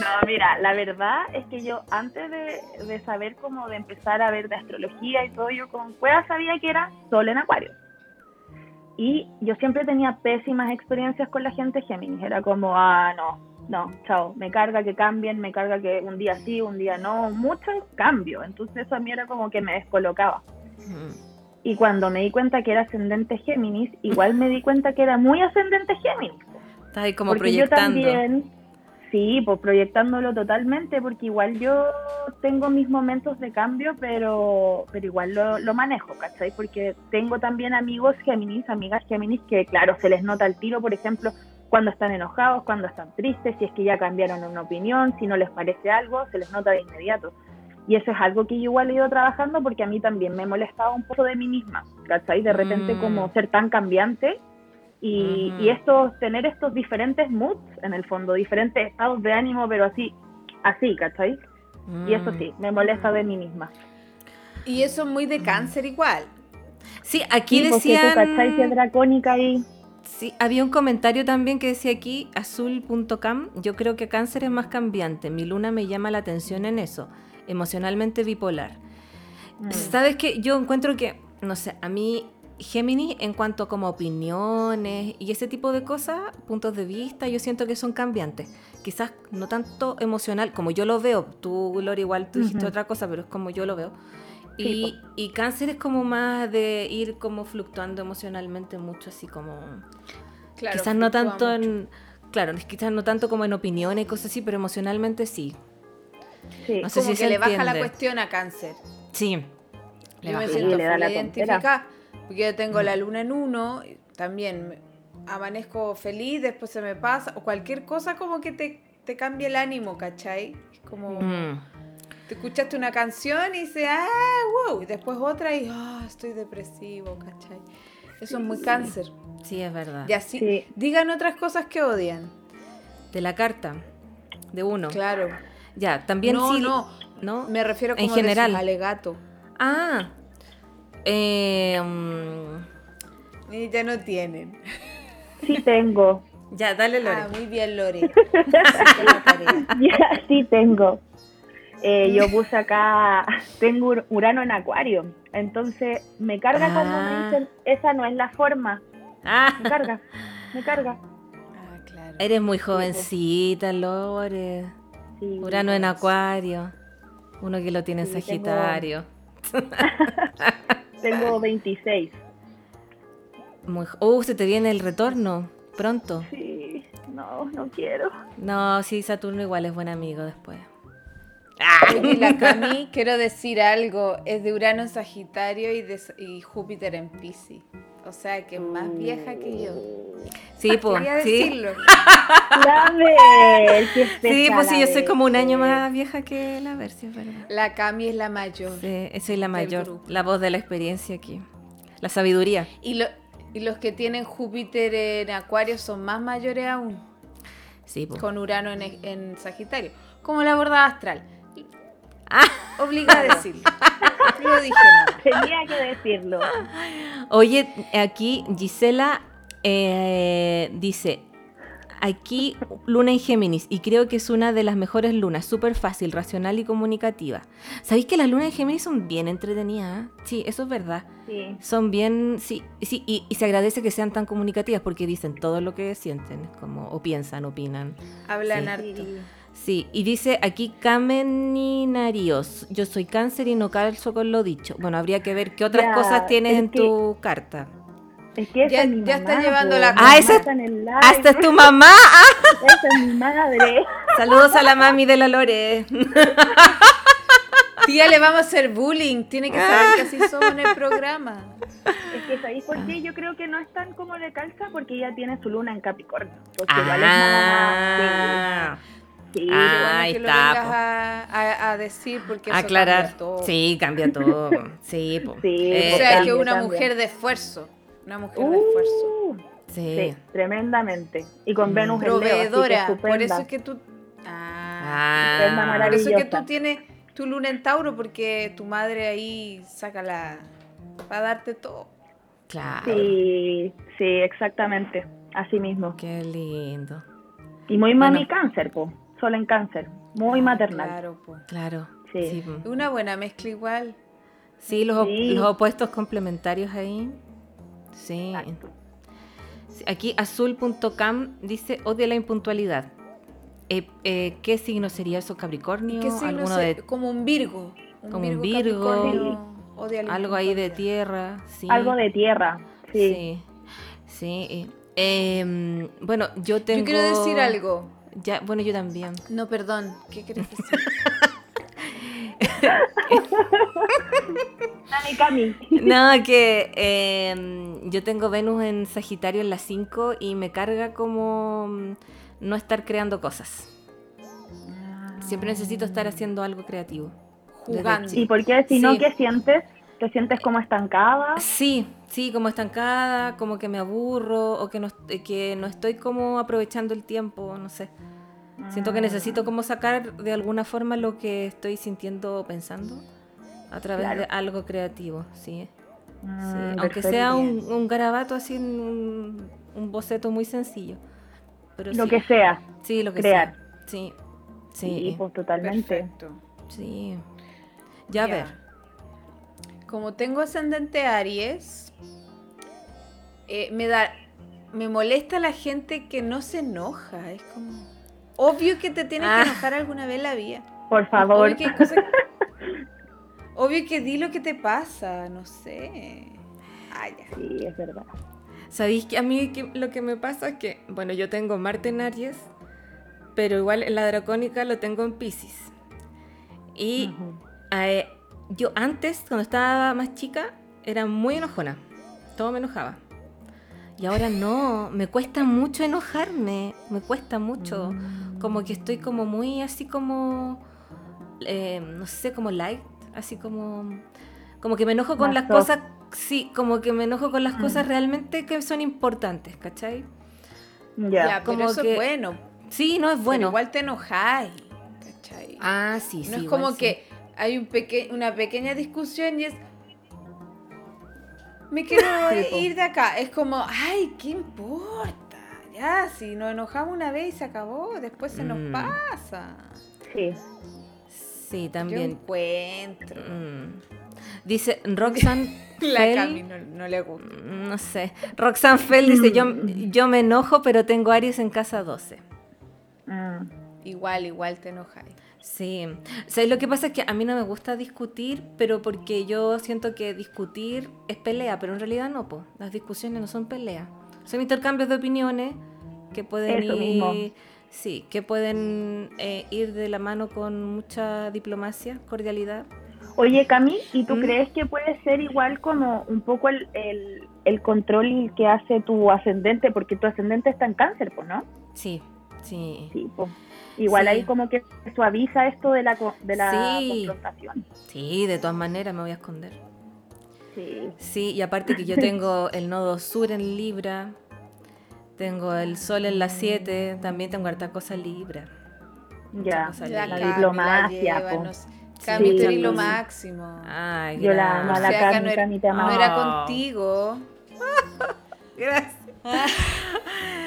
Speaker 3: No, mira, la verdad es que yo antes de, de saber cómo de empezar a ver de astrología y todo, yo con cueva sabía que era sol en acuario. Y yo siempre tenía pésimas experiencias con la gente Géminis. Era como, ah, no, no, chao, me carga que cambien, me carga que un día sí, un día no, mucho cambio. Entonces eso a mí era como que me descolocaba.
Speaker 2: Mm.
Speaker 3: Y cuando me di cuenta que era ascendente Géminis, igual me di cuenta que era muy ascendente Géminis.
Speaker 2: Estás ahí como
Speaker 3: Porque
Speaker 2: proyectando.
Speaker 3: Yo también, sí, pues proyectándolo totalmente, porque igual yo tengo mis momentos de cambio, pero, pero igual lo, lo manejo, ¿cachai? Porque tengo también amigos Géminis, amigas Géminis, que claro, se les nota el tiro, por ejemplo, cuando están enojados, cuando están tristes, si es que ya cambiaron una opinión, si no les parece algo, se les nota de inmediato. Y eso es algo que yo igual he ido trabajando porque a mí también me molestaba un poco de mí misma, ¿cachai? De repente
Speaker 2: Mm.
Speaker 3: como ser tan cambiante y,
Speaker 2: Ujú.
Speaker 3: y estos, tener estos diferentes moods en el fondo, diferentes estados de ánimo, pero así, así, ¿cachai? Y eso
Speaker 2: Mm.
Speaker 3: sí, me molesta de mí misma.
Speaker 1: Y eso es muy de cáncer igual.
Speaker 2: Sí, aquí
Speaker 3: Sí, porque tú, ¿cachai? Que es
Speaker 2: decían.
Speaker 3: dracónica mm, ahí.
Speaker 2: Sí, había un comentario también que decía aquí, azul.cam, yo creo que cáncer es más cambiante, mi luna me llama la atención en eso, emocionalmente bipolar.
Speaker 3: Mm.
Speaker 2: Sabes que yo encuentro que, no sé, a mí Géminis en cuanto a como opiniones y ese tipo de cosas, puntos de vista, yo siento que son cambiantes. Quizás no tanto emocional como yo lo veo. Tú, Gloria, igual tú dijiste
Speaker 3: Ujú.
Speaker 2: otra cosa, pero es como yo lo veo.
Speaker 3: Sí,
Speaker 2: Y, y cáncer es como más de ir como fluctuando emocionalmente mucho, así como
Speaker 1: Claro,
Speaker 2: quizás no
Speaker 1: fluctúa
Speaker 2: tanto
Speaker 1: mucho.
Speaker 2: en claro quizás no tanto como en opiniones y cosas así pero emocionalmente sí
Speaker 3: sí.
Speaker 2: no sé
Speaker 1: Como
Speaker 2: si
Speaker 1: que
Speaker 2: se
Speaker 1: le baja la
Speaker 2: entiende.
Speaker 1: cuestión a cáncer.
Speaker 2: sí
Speaker 1: Yo me
Speaker 3: baja.
Speaker 1: siento
Speaker 3: Sí, le da
Speaker 1: full
Speaker 3: la tontera.
Speaker 1: identificada. Porque yo tengo
Speaker 2: Mm.
Speaker 1: la luna en uno, y también me- amanezco feliz, después se me pasa, o cualquier cosa como que te, te cambia el ánimo, ¿cachai? Es como,
Speaker 2: Mm.
Speaker 1: te escuchaste una canción y dices, ah, wow, y después otra y, ah, estoy depresivo, ¿cachai? Eso es muy cáncer.
Speaker 2: sí es verdad
Speaker 1: Y así,
Speaker 3: Sí.
Speaker 1: digan otras cosas que odian.
Speaker 2: de la carta de uno
Speaker 1: Claro.
Speaker 2: ya también
Speaker 1: no,
Speaker 2: sí
Speaker 1: no,
Speaker 2: ¿no?
Speaker 1: me refiero
Speaker 2: En
Speaker 1: como de
Speaker 2: general.
Speaker 1: sus alegato.
Speaker 2: ah eh, mm,
Speaker 1: Y ya no tienen.
Speaker 3: Sí tengo,
Speaker 2: ya dale Lore
Speaker 1: Ah, muy bien, Lore. Ah, Hiciste la tarea.
Speaker 3: ya, sí tengo. Eh, yo puse acá, tengo Ur- Urano en Acuario, entonces me carga cuando me
Speaker 2: Ah.
Speaker 3: dicen, esa no es la forma,
Speaker 2: Ah,
Speaker 3: me carga, me carga.
Speaker 1: Ah, claro.
Speaker 2: eres muy jovencita Lore
Speaker 3: Sí,
Speaker 2: Urano en Acuario uno que lo tiene en
Speaker 3: Sí, tengo-
Speaker 2: Sagitario
Speaker 3: Tengo 26.
Speaker 2: Muy jo- uh, se te viene el retorno pronto
Speaker 3: Sí, no, no quiero.
Speaker 2: No, sí, Saturno igual es buen amigo después.
Speaker 1: Oye, la Cami, quiero decir algo, es de Urano en Sagitario y, de, y Júpiter en Pisces. O sea que es más vieja que yo.
Speaker 2: Sí, pues,
Speaker 1: Ah, Quería
Speaker 2: sí.
Speaker 1: decirlo.
Speaker 3: La Bel, qué
Speaker 2: Sí,
Speaker 3: espesa
Speaker 2: pues sí,
Speaker 3: la
Speaker 2: yo soy como un año
Speaker 3: Bel.
Speaker 2: más vieja que la ver, sí, es verdad.
Speaker 1: La Cami es la mayor.
Speaker 2: Sí, soy la mayor,
Speaker 1: grupo.
Speaker 2: la voz de la experiencia aquí. La sabiduría.
Speaker 1: Y, lo- y los que tienen Júpiter en Acuario son más mayores aún,
Speaker 2: Sí, pues.
Speaker 1: con Urano en, en Sagitario. Como la borda astral.
Speaker 2: Ah.
Speaker 1: Obliga a decirlo. No dije nada.
Speaker 3: Tenía que decirlo.
Speaker 2: Oye, aquí Gisela eh, dice, aquí luna en Géminis y creo que es una de las mejores lunas, súper fácil, racional y comunicativa. ¿Sabéis que las lunas en Géminis son bien entretenidas? eh? Sí, eso es verdad.
Speaker 3: Sí.
Speaker 2: Son bien, sí, sí y, y se agradece que sean tan comunicativas porque dicen todo lo que sienten, como, o piensan, opinan.
Speaker 1: Hablan
Speaker 2: Sí.
Speaker 1: harto.
Speaker 3: Sí.
Speaker 2: Sí, y dice aquí Cameninarios, yo soy cáncer y no calzo con lo dicho. Bueno, habría que ver qué otras
Speaker 3: Ya,
Speaker 2: cosas tienes
Speaker 3: es
Speaker 2: en
Speaker 3: que-
Speaker 2: tu carta.
Speaker 3: Es que esa
Speaker 1: Ya-
Speaker 3: es mi
Speaker 1: ya está
Speaker 3: mamá,
Speaker 1: llevando
Speaker 3: po.
Speaker 1: la
Speaker 3: Mi
Speaker 2: Ah,
Speaker 3: mamá
Speaker 2: esa-
Speaker 3: está en el live.
Speaker 2: ¡Hasta es tu mamá! ¡Ah!
Speaker 3: Esa es mi madre.
Speaker 2: Saludos a la mami de la Lore.
Speaker 1: Tía, le vamos a hacer bullying. Tiene que saber que así somos en el programa.
Speaker 3: Es que sabéis por qué yo creo que no es tan como le calza porque ella tiene su luna en Capricornio. Entonces igual es
Speaker 2: Ah,
Speaker 3: mamá. Sí, sí,
Speaker 1: Qué
Speaker 2: Ah,
Speaker 1: bueno
Speaker 2: ahí
Speaker 1: que lo
Speaker 2: está,
Speaker 1: vengas
Speaker 2: po.
Speaker 1: a, a- a decir porque eso
Speaker 2: aclarar.
Speaker 1: cambia todo.
Speaker 2: Sí, cambia todo. Sí, po.
Speaker 3: Sí,
Speaker 2: Eh,
Speaker 1: o sea, que
Speaker 3: cambia,
Speaker 1: una
Speaker 3: cambia.
Speaker 1: mujer de esfuerzo, una mujer de esfuerzo,
Speaker 3: Uh,
Speaker 2: sí.
Speaker 3: sí, tremendamente. Y con
Speaker 2: Mm.
Speaker 3: Venus en Leo, así que
Speaker 1: proveedora,
Speaker 3: estupenda.
Speaker 1: por eso es que tú ah,
Speaker 2: Ah,
Speaker 3: Estupenda,
Speaker 1: por eso es que
Speaker 3: maravillosa.
Speaker 1: tú tienes tu luna en Tauro porque tu madre ahí saca la para darte todo.
Speaker 2: claro.
Speaker 3: Sí, sí, exactamente. Así mismo.
Speaker 2: Qué lindo.
Speaker 3: Y muy
Speaker 2: Bueno.
Speaker 3: mami cáncer, po. solo en cáncer, muy
Speaker 1: Ah,
Speaker 3: maternal.
Speaker 1: Claro, pues.
Speaker 2: Claro.
Speaker 3: Sí.
Speaker 2: Sí, po.
Speaker 1: Una buena mezcla igual.
Speaker 2: Sí, los, op-
Speaker 3: Sí.
Speaker 2: los opuestos complementarios ahí. Sí.
Speaker 3: Exacto.
Speaker 2: Sí, Aquí azul.cam dice odia la impuntualidad. Eh, eh, ¿Qué signo sería eso? ¿Capricornio?
Speaker 1: ¿Qué signo
Speaker 2: ¿Alguno
Speaker 1: se-
Speaker 2: de
Speaker 1: Como un Virgo.
Speaker 2: como un Virgo,
Speaker 1: Capricornio, odia la
Speaker 2: algo ahí de
Speaker 1: impuntualidad.
Speaker 2: tierra? Sí.
Speaker 3: Algo de tierra, sí.
Speaker 2: Sí. sí, eh. Em, bueno, yo tengo.
Speaker 1: Yo quiero decir algo.
Speaker 2: Ya, bueno, yo también.
Speaker 1: No, perdón. ¿Qué querés decir?
Speaker 3: Dale, Cami.
Speaker 2: No, que eh, yo tengo Venus en Sagitario en las 5 y me carga como mm, no estar creando cosas. Siempre necesito estar haciendo algo creativo.
Speaker 1: Jugando.
Speaker 2: Desde
Speaker 3: ¿Y por qué? Si no,
Speaker 2: Sí.
Speaker 3: ¿qué sientes? ¿Te sientes como estancada?
Speaker 2: Sí, sí, como estancada, como que me aburro o que no, eh, que no estoy como aprovechando el tiempo, no sé. Siento que
Speaker 3: Ah.
Speaker 2: necesito como sacar de alguna forma lo que estoy sintiendo o pensando a través
Speaker 3: Claro.
Speaker 2: de algo creativo, sí.
Speaker 3: Mm,
Speaker 2: Sí, aunque
Speaker 3: perfecto.
Speaker 2: sea un, un garabato así, en un, un boceto muy sencillo. Pero
Speaker 3: Lo
Speaker 2: sí,
Speaker 3: que sea.
Speaker 2: sí, lo que
Speaker 3: crear.
Speaker 2: sea. Sí,
Speaker 3: Sí,
Speaker 2: sí,
Speaker 3: pues totalmente.
Speaker 1: Perfecto.
Speaker 2: sí. Ya a ver.
Speaker 1: Como tengo ascendente Aries, eh, me da. Me molesta la gente que no se enoja. Es como. Obvio que te tienes
Speaker 2: Ah.
Speaker 1: que enojar alguna vez en la vida.
Speaker 3: Por favor.
Speaker 1: Obvio que, hay cosas- Obvio que di lo que te pasa, no sé. Ah, ya.
Speaker 3: Sí, es verdad.
Speaker 2: ¿Sabéis que a mí que- lo que me pasa es que, bueno, yo tengo Marte en Aries, pero igual en la dracónica lo tengo en Pisces. Y
Speaker 3: Ujú.
Speaker 2: eh, yo antes, cuando estaba más chica, era muy enojona. Todo me enojaba. Y ahora no, me cuesta mucho enojarme, me cuesta mucho.
Speaker 1: Mm.
Speaker 3: mm.
Speaker 2: Como que estoy como muy así como, eh, no sé, como light, así como, como que me enojo con
Speaker 3: Más
Speaker 2: las
Speaker 3: soft.
Speaker 2: cosas, sí, como que me enojo con las
Speaker 1: Mm.
Speaker 2: cosas realmente que son importantes, ¿cachai?
Speaker 3: Ya.
Speaker 1: Ya,
Speaker 2: Como
Speaker 1: pero eso
Speaker 2: que-
Speaker 1: es bueno.
Speaker 2: Sí, no es
Speaker 1: Bueno.
Speaker 2: bueno.
Speaker 1: Igual te enojáis. ¿cachai?
Speaker 2: ah, sí, sí.
Speaker 1: no es
Speaker 2: igual
Speaker 1: como
Speaker 2: sí.
Speaker 1: que hay un peque- una pequeña discusión y es. Me quiero
Speaker 3: Sí, po.
Speaker 1: ir de acá. Es como, ay, ¿qué importa? Ya, si nos enojamos una vez y se acabó, después se nos
Speaker 2: Mm.
Speaker 1: pasa.
Speaker 3: Sí.
Speaker 2: Sí,
Speaker 1: Yo
Speaker 2: también.
Speaker 1: encuentro.
Speaker 2: Mm. Dice Roxanne
Speaker 1: La
Speaker 2: Fell-
Speaker 1: Cami no, no le gusta.
Speaker 2: mm, No sé. Roxanne Fell dice, yo,
Speaker 3: Mm.
Speaker 2: yo me enojo, pero tengo Aries en casa 12.
Speaker 3: Mm.
Speaker 1: Igual, igual te enojáis.
Speaker 2: Sí. O sea, lo que pasa es que a mí no me gusta discutir, pero porque yo siento que discutir es pelea, pero en realidad no, po. Las discusiones no son pelea. Son intercambios de opiniones que pueden
Speaker 3: Eso
Speaker 2: ir...
Speaker 3: mismo.
Speaker 2: Sí, que pueden eh, ir de la mano con mucha diplomacia, cordialidad.
Speaker 3: Oye, Cami, ¿y tú
Speaker 2: Mm.
Speaker 3: crees que puede ser igual como un poco el, el, el control que hace tu ascendente? Porque tu ascendente está en cáncer, pues, ¿no?
Speaker 2: Sí, sí.
Speaker 3: Sí, pues. Igual
Speaker 2: Sí.
Speaker 3: ahí como que suaviza esto de la, co- de la
Speaker 2: Sí.
Speaker 3: confrontación.
Speaker 2: Sí, de todas maneras me voy a esconder.
Speaker 3: Sí.
Speaker 2: Sí, y aparte que yo tengo el nodo sur en Libra, tengo el sol en la 7, también tengo harta cosa Libra. Mucha
Speaker 3: Ya.
Speaker 2: cosa
Speaker 1: La
Speaker 2: Libra.
Speaker 1: Cami la
Speaker 3: diplomacia,
Speaker 1: lleva,
Speaker 3: po.
Speaker 1: no sé. Cami,
Speaker 3: Sí.
Speaker 1: tú eres lo máximo.
Speaker 2: Ay,
Speaker 3: Yo la amo
Speaker 2: gracias.
Speaker 3: a
Speaker 1: O
Speaker 3: la
Speaker 1: sea, acá no
Speaker 3: Cami,
Speaker 1: era-
Speaker 3: Cami te
Speaker 1: No
Speaker 3: amamos.
Speaker 1: era
Speaker 2: Ah.
Speaker 1: contigo.
Speaker 2: Gracias.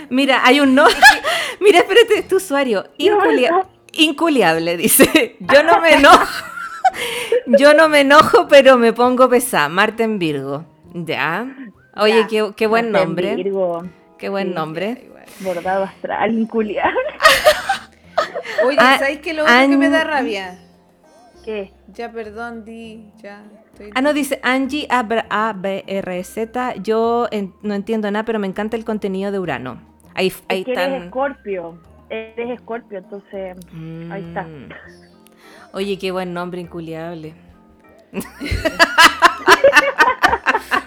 Speaker 2: Mira, hay un no. Mira, espérate, tu usuario. Inculia- Inculiable, dice. Yo no me enojo. Yo no me enojo, pero me pongo pesada. Marte en Virgo. Ya. Oye,
Speaker 1: Ya.
Speaker 2: qué, qué buen
Speaker 3: Marte en
Speaker 2: nombre.
Speaker 3: Virgo,
Speaker 2: Qué buen
Speaker 3: Sí.
Speaker 1: Ya,
Speaker 2: nombre.
Speaker 1: igual.
Speaker 3: bordado astral, inculiar.
Speaker 1: Oye,
Speaker 2: Ah,
Speaker 1: ¿sabes qué? Lo único que me da
Speaker 2: An-
Speaker 1: rabia.
Speaker 3: ¿Qué?
Speaker 1: Ya, perdón, Di. Ya, estoy...
Speaker 2: Ah, no, dice Angie Abra- A-B-R-Z. Yo en- no entiendo nada, pero me encanta el contenido de Urano. Ahí, ahí
Speaker 3: Es que eres
Speaker 2: están.
Speaker 3: escorpio. Eres escorpio, entonces. Ahí está.
Speaker 2: Mm. Oye, qué buen nombre, inculiable.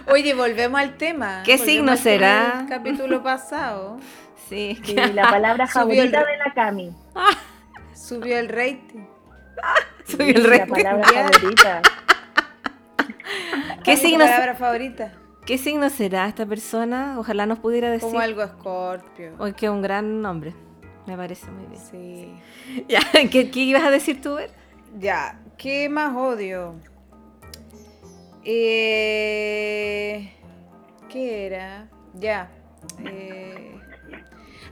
Speaker 1: Oye, volvemos al tema.
Speaker 2: ¿Qué
Speaker 1: Volvemos
Speaker 2: signo
Speaker 1: al tema
Speaker 2: será?
Speaker 1: del capítulo pasado
Speaker 2: Sí.
Speaker 3: sí, la palabra
Speaker 1: Subió el-
Speaker 3: favorita de la Cami.
Speaker 1: subió el rating.
Speaker 2: Soy el
Speaker 3: Sí,
Speaker 2: rey.
Speaker 3: La palabra
Speaker 1: Ya.
Speaker 3: favorita.
Speaker 2: ¿Qué
Speaker 1: ¿Cuál es tu
Speaker 2: signo,
Speaker 1: palabra favorita?
Speaker 2: ¿Qué signo será esta persona? Ojalá nos pudiera decir.
Speaker 1: Como algo escorpio.
Speaker 2: Oye, que un gran nombre. Me parece muy bien.
Speaker 1: Sí.
Speaker 2: Ya, ¿qué, qué ibas a decir tú, Ver?
Speaker 1: Ya, ¿qué más odio? Eh, ¿Qué era? Ya. eh,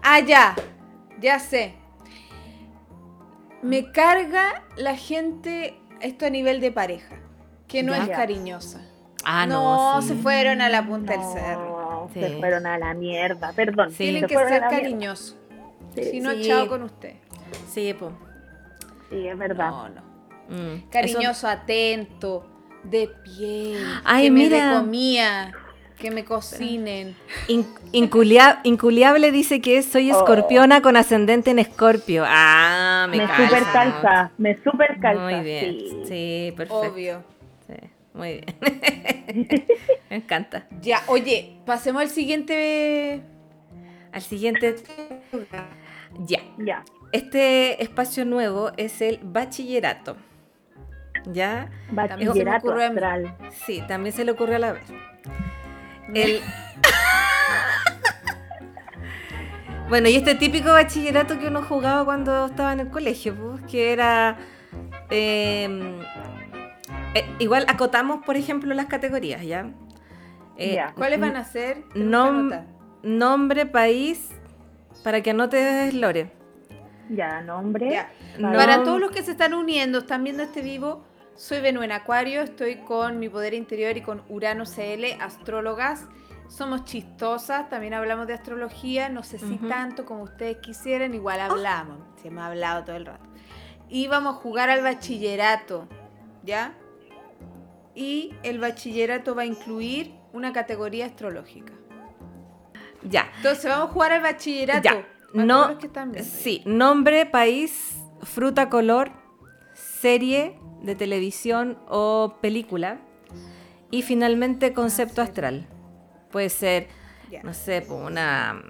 Speaker 1: Ah, ya. Ya sé. Me carga la gente, esto a nivel de pareja, que no
Speaker 2: Ya.
Speaker 1: es cariñosa.
Speaker 2: Ah, no.
Speaker 1: no,
Speaker 2: sí.
Speaker 1: se fueron a la punta del cerro.
Speaker 3: No,
Speaker 2: Sí.
Speaker 3: se fueron a la mierda, perdón.
Speaker 2: Sí.
Speaker 1: Tienen
Speaker 3: se
Speaker 1: que
Speaker 3: fueron
Speaker 1: ser
Speaker 3: a la mierda.
Speaker 1: cariñosos.
Speaker 3: Sí,
Speaker 1: Si no,
Speaker 2: Sí.
Speaker 1: chao con usted.
Speaker 2: Sí, po.
Speaker 3: sí, es verdad.
Speaker 1: No, no.
Speaker 2: Mm.
Speaker 1: Cariñoso,
Speaker 2: Eso-
Speaker 1: atento, de piel.
Speaker 2: Ay,
Speaker 1: que me
Speaker 2: mira.
Speaker 1: dé comida, que me cocinen.
Speaker 2: In- inculia- inculiable dice que es-
Speaker 3: Oh.
Speaker 2: soy escorpiona con ascendente en escorpio. Ah, me,
Speaker 3: me
Speaker 2: calza.
Speaker 3: super calza, me super calza.
Speaker 2: Muy bien. Sí, perfecto.
Speaker 1: Obvio.
Speaker 2: Sí, muy bien. me encanta.
Speaker 1: Ya, oye, pasemos al siguiente.
Speaker 2: Al siguiente. Ya.
Speaker 3: Ya.
Speaker 2: Este espacio nuevo es el bachillerato. ¿Ya?
Speaker 1: También se me
Speaker 3: Bachillerato
Speaker 1: ocurre a mí.
Speaker 3: astral.
Speaker 2: Sí, también se le ocurrió a la vez. El... bueno, y este típico bachillerato que uno jugaba cuando estaba en el colegio, pues, que era... eh, eh, igual acotamos, por ejemplo, las categorías, ¿ya?
Speaker 3: Ya.
Speaker 1: ¿Cuáles van a ser? Tengo que
Speaker 2: Nom-
Speaker 1: anotar.
Speaker 2: Nombre, país, para que anotes, Lore.
Speaker 3: Ya, nombre.
Speaker 1: Ya.
Speaker 3: No.
Speaker 1: Para todos los que se están uniendo, están viendo este vivo, soy Venú en Acuario, estoy con mi poder interior y con Urano CL, astrólogas. Somos chistosas, también hablamos de astrología, no sé si
Speaker 2: Ujú. Ah.
Speaker 1: tanto como ustedes quisieran, igual hablamos, se me ha hablado todo el rato. Y vamos a jugar al bachillerato, ¿ya? Y el bachillerato va a incluir una categoría astrológica.
Speaker 2: Ya.
Speaker 1: Entonces vamos a jugar al bachillerato.
Speaker 2: Ya.
Speaker 1: para
Speaker 2: No-
Speaker 1: todos los que están viendo.
Speaker 2: Sí, nombre, país, fruta, color, serie de televisión o película. Y finalmente
Speaker 1: Ah,
Speaker 2: concepto astral. Puede ser,
Speaker 1: Ya.
Speaker 2: no sé, po, una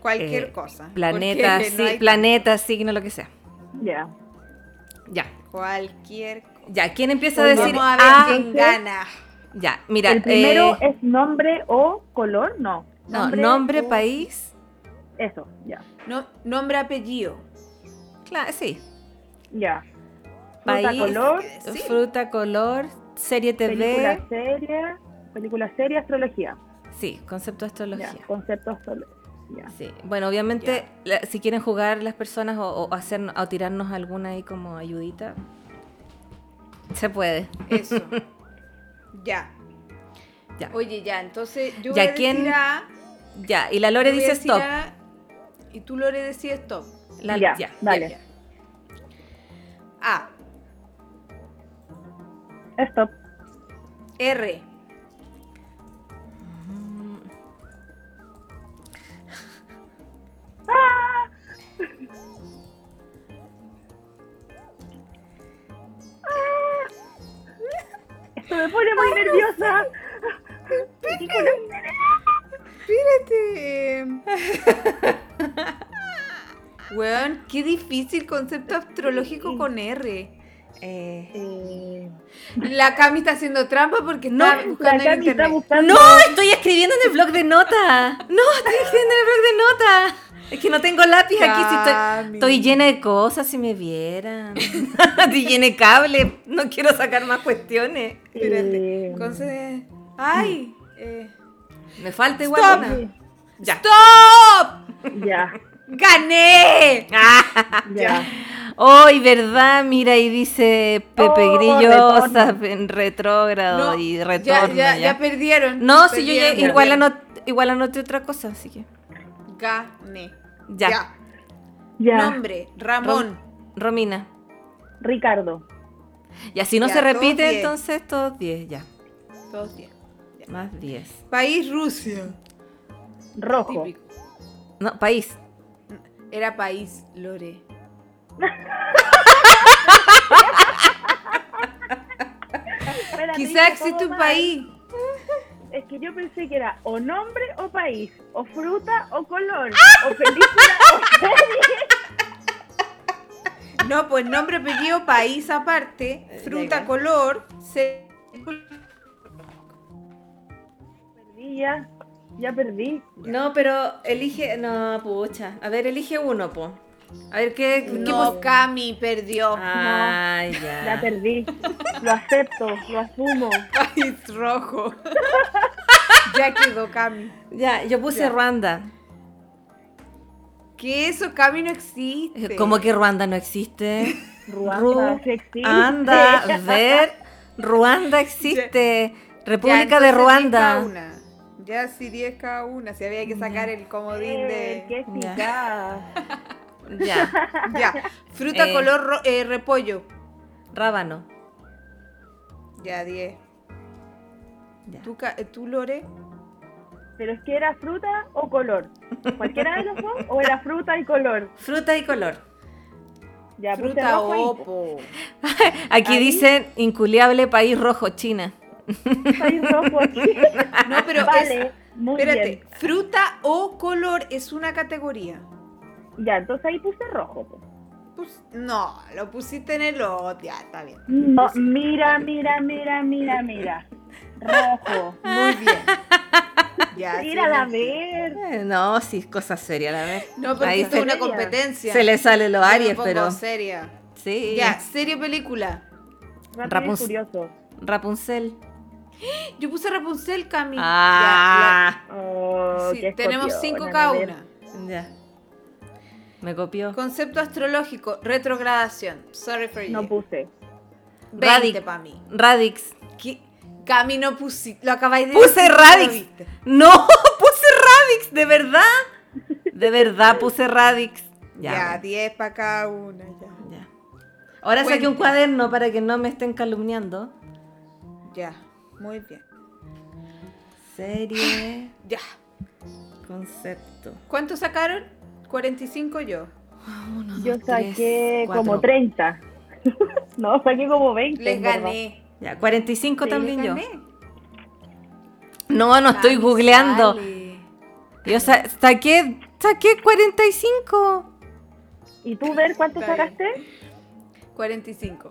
Speaker 1: Cualquier
Speaker 2: eh,
Speaker 1: cosa.
Speaker 2: planeta,
Speaker 1: porque
Speaker 2: sí,
Speaker 1: no hay-
Speaker 2: planeta, signo, lo que sea.
Speaker 3: Ya.
Speaker 2: Ya,
Speaker 1: Cualquier cosa.
Speaker 2: ya. ¿Quién empieza a
Speaker 1: Pues Vamos
Speaker 2: decir?
Speaker 1: a ver
Speaker 2: Ah,
Speaker 1: quién gana.
Speaker 2: ya. Mira,
Speaker 3: el primero
Speaker 2: eh,
Speaker 3: es nombre o color, no.
Speaker 2: no, nombre,
Speaker 3: o-
Speaker 2: país.
Speaker 3: Eso, ya.
Speaker 1: No, nombre, apellido.
Speaker 2: Claro, sí.
Speaker 3: Ya. Fruta,
Speaker 2: País,
Speaker 3: color,
Speaker 1: sí.
Speaker 2: fruta, color, serie TV.
Speaker 3: película seria, película seria, astrología.
Speaker 2: Sí, concepto astrología.
Speaker 3: Ya, concepto astrología. Ya.
Speaker 2: Sí, bueno, obviamente, la- si quieren jugar las personas o, o hacer, o tirarnos alguna ahí como ayudita, se puede.
Speaker 1: Eso. ya.
Speaker 2: Ya.
Speaker 1: Oye, ya, entonces yo voy
Speaker 2: Ya,
Speaker 1: a decir
Speaker 2: ¿quién-
Speaker 1: A,
Speaker 2: Ya, y la Lore
Speaker 1: yo voy a
Speaker 2: dice
Speaker 1: decir
Speaker 2: stop.
Speaker 1: A, y tú, Lore, decides stop.
Speaker 2: La-
Speaker 3: Ya,
Speaker 2: ya,
Speaker 3: dale.
Speaker 1: Ya, ya. A,
Speaker 3: Stop.
Speaker 1: R,
Speaker 3: Esto me pone muy nerviosa.
Speaker 1: Espérate. Weón, qué difícil concepto astrológico con R.
Speaker 2: Eh,
Speaker 3: Eh,
Speaker 1: La Cami está haciendo trampa porque
Speaker 2: No,
Speaker 1: está
Speaker 3: la
Speaker 1: buscando en
Speaker 3: Cami está
Speaker 1: internet.
Speaker 3: buscando.
Speaker 2: ¡No! Estoy escribiendo en el blog de nota. No, estoy escribiendo en el blog de nota. Es que no tengo lápiz aquí. si
Speaker 1: Cami.
Speaker 2: estoy, estoy llena de cosas, si me vieran. estoy llena de cable. No quiero sacar más cuestiones.
Speaker 1: Espérate.
Speaker 2: Em,
Speaker 3: Eh,
Speaker 1: Entonces. ¡Ay! eh,
Speaker 2: Me falta igual
Speaker 1: Stop.
Speaker 2: una. Ya.
Speaker 1: ¡Stop! Ah.
Speaker 3: Ya,
Speaker 1: ¡Gané!
Speaker 3: ya.
Speaker 2: Hoy, ¿verdad? Mira, y dice Pepe
Speaker 3: Oh,
Speaker 2: Grillosa en retrógrado
Speaker 1: No,
Speaker 2: y
Speaker 1: ya,
Speaker 2: retorno.
Speaker 1: ya,
Speaker 2: ya.
Speaker 1: ya perdieron.
Speaker 2: No, si yo ya-
Speaker 1: Perdieron,
Speaker 2: igual,
Speaker 1: perdieron.
Speaker 2: anot- igual anoté otra cosa, así que.
Speaker 1: Gané.
Speaker 2: Ya.
Speaker 3: Ya.
Speaker 1: Nombre: Ramón.
Speaker 2: Romina.
Speaker 3: Ricardo.
Speaker 2: Y así no
Speaker 1: Ya,
Speaker 2: se
Speaker 1: todos
Speaker 2: repite,
Speaker 1: diez.
Speaker 2: entonces todos 10, ya.
Speaker 1: Todos bien.
Speaker 2: Más 10.
Speaker 1: País: Rusia.
Speaker 3: Rojo.
Speaker 1: Típico.
Speaker 2: No, país.
Speaker 1: Era país, Lore.
Speaker 3: Espérate,
Speaker 1: Quizás
Speaker 3: hice todo
Speaker 1: existe un
Speaker 3: mal.
Speaker 1: país.
Speaker 3: Es que yo pensé que era o nombre o país, o fruta o color, o película o serie.
Speaker 1: No, pues nombre, apellido, país
Speaker 2: Eh,
Speaker 1: aparte, fruta, color, se-
Speaker 3: Perdí ya, ya perdí.
Speaker 2: No, pero elige. No, pucha. A ver, elige uno, po. A ver qué. qué
Speaker 1: No, Cami perdió.
Speaker 2: Ay,
Speaker 3: Ya
Speaker 2: ya.
Speaker 3: perdí. Lo acepto, lo asumo.
Speaker 1: País rojo. ya quedó Cami.
Speaker 2: Ya, yo puse
Speaker 1: Ya.
Speaker 2: Ruanda.
Speaker 1: que eso, Cami no existe.
Speaker 2: Como Eh, que Ruanda no existe.
Speaker 3: Ruanda, sí existe.
Speaker 2: Anda, ver. Ruanda existe. República de
Speaker 1: entonces
Speaker 2: Ruanda.
Speaker 1: diez cada una. Ya sí, 10 cada una. Si había que sacar el comodín
Speaker 3: Eh,
Speaker 1: de.
Speaker 3: qué eficaz.
Speaker 2: Ya.
Speaker 1: Ya. Fruta
Speaker 2: Eh.
Speaker 1: color ro- eh, repollo.
Speaker 2: Rábano.
Speaker 1: Ya, 10.
Speaker 2: Ya.
Speaker 1: ¿Tú, Ca- eh, tú, Lore?
Speaker 3: Pero es que era fruta o color. Cualquiera de los dos, o era fruta y color.
Speaker 2: Fruta y color.
Speaker 3: Ya, puse
Speaker 1: Fruta
Speaker 3: rojo y-
Speaker 1: opo.
Speaker 2: Aquí
Speaker 3: Ahí.
Speaker 2: dicen inculiable país rojo, China.
Speaker 3: soy rojo aquí.
Speaker 1: No, pero es-
Speaker 3: vale, muy
Speaker 1: espérate,
Speaker 3: bien.
Speaker 1: fruta o color es una categoría.
Speaker 3: Ya, entonces ahí puse rojo. pues.
Speaker 1: Pus- no, lo pusiste en el otro. Ya, está bien.
Speaker 3: No, mira, mira, mira, mira, mira. Rojo.
Speaker 1: Muy bien. Ya, sí,
Speaker 3: Mira la
Speaker 1: no.
Speaker 3: ver.
Speaker 2: Eh, No, sí, es cosa seria, la verdad.
Speaker 1: No, porque
Speaker 2: Ahí
Speaker 1: esto
Speaker 2: se-
Speaker 1: es una
Speaker 3: seria.
Speaker 1: competencia.
Speaker 2: Se le sale los
Speaker 1: Yo me
Speaker 2: Aries,
Speaker 1: pongo
Speaker 2: pero.
Speaker 1: seria.
Speaker 2: Sí.
Speaker 1: Ya, serie película.
Speaker 3: Rápido y
Speaker 2: Rapunz-
Speaker 3: curioso.
Speaker 2: Rapunzel.
Speaker 1: Yo puse Rapunzel, Cami.
Speaker 2: Ah,
Speaker 3: Oh,
Speaker 1: Ya, la- sí,
Speaker 3: qué
Speaker 1: tenemos
Speaker 3: escopiona,
Speaker 1: cinco
Speaker 3: la
Speaker 1: cada
Speaker 3: ver.
Speaker 1: una.
Speaker 2: ya. Me copió.
Speaker 1: Concepto astrológico, retrogradación. Sorry for you.
Speaker 3: No puse.
Speaker 1: 20
Speaker 2: Radic.
Speaker 1: para mí.
Speaker 2: Radix.
Speaker 1: ¿Qué? Cami, no pusi- Lo acabáis de
Speaker 2: Puse
Speaker 1: decir,
Speaker 2: Radix.
Speaker 1: no lo viste.
Speaker 2: No, puse Radix, de verdad. De verdad, puse Radix.
Speaker 1: Ya,
Speaker 2: Ya.
Speaker 1: 10 para cada una. Ya.
Speaker 2: ya. Ahora saqué un
Speaker 1: Cuenta.
Speaker 2: cuaderno para que no me estén calumniando.
Speaker 1: Ya, muy bien.
Speaker 2: Serie,
Speaker 1: Ya.
Speaker 2: concepto.
Speaker 1: ¿Cuánto sacaron? 45 yo.
Speaker 2: Uno,
Speaker 3: Yo
Speaker 2: dos, tres,
Speaker 3: saqué
Speaker 2: cuatro.
Speaker 3: como 30. no, saqué como 20.
Speaker 1: Les
Speaker 3: en verdad.
Speaker 1: gané.
Speaker 2: Ya, 45
Speaker 3: Sí,
Speaker 2: también yo.
Speaker 1: Gané.
Speaker 2: No, no estoy
Speaker 1: Cami,
Speaker 2: googleando.
Speaker 1: sale.
Speaker 2: Yo sa- saqué, saqué 45.
Speaker 3: ¿Y tú, ver cuánto
Speaker 1: Está bien.
Speaker 3: sacaste?
Speaker 1: 45.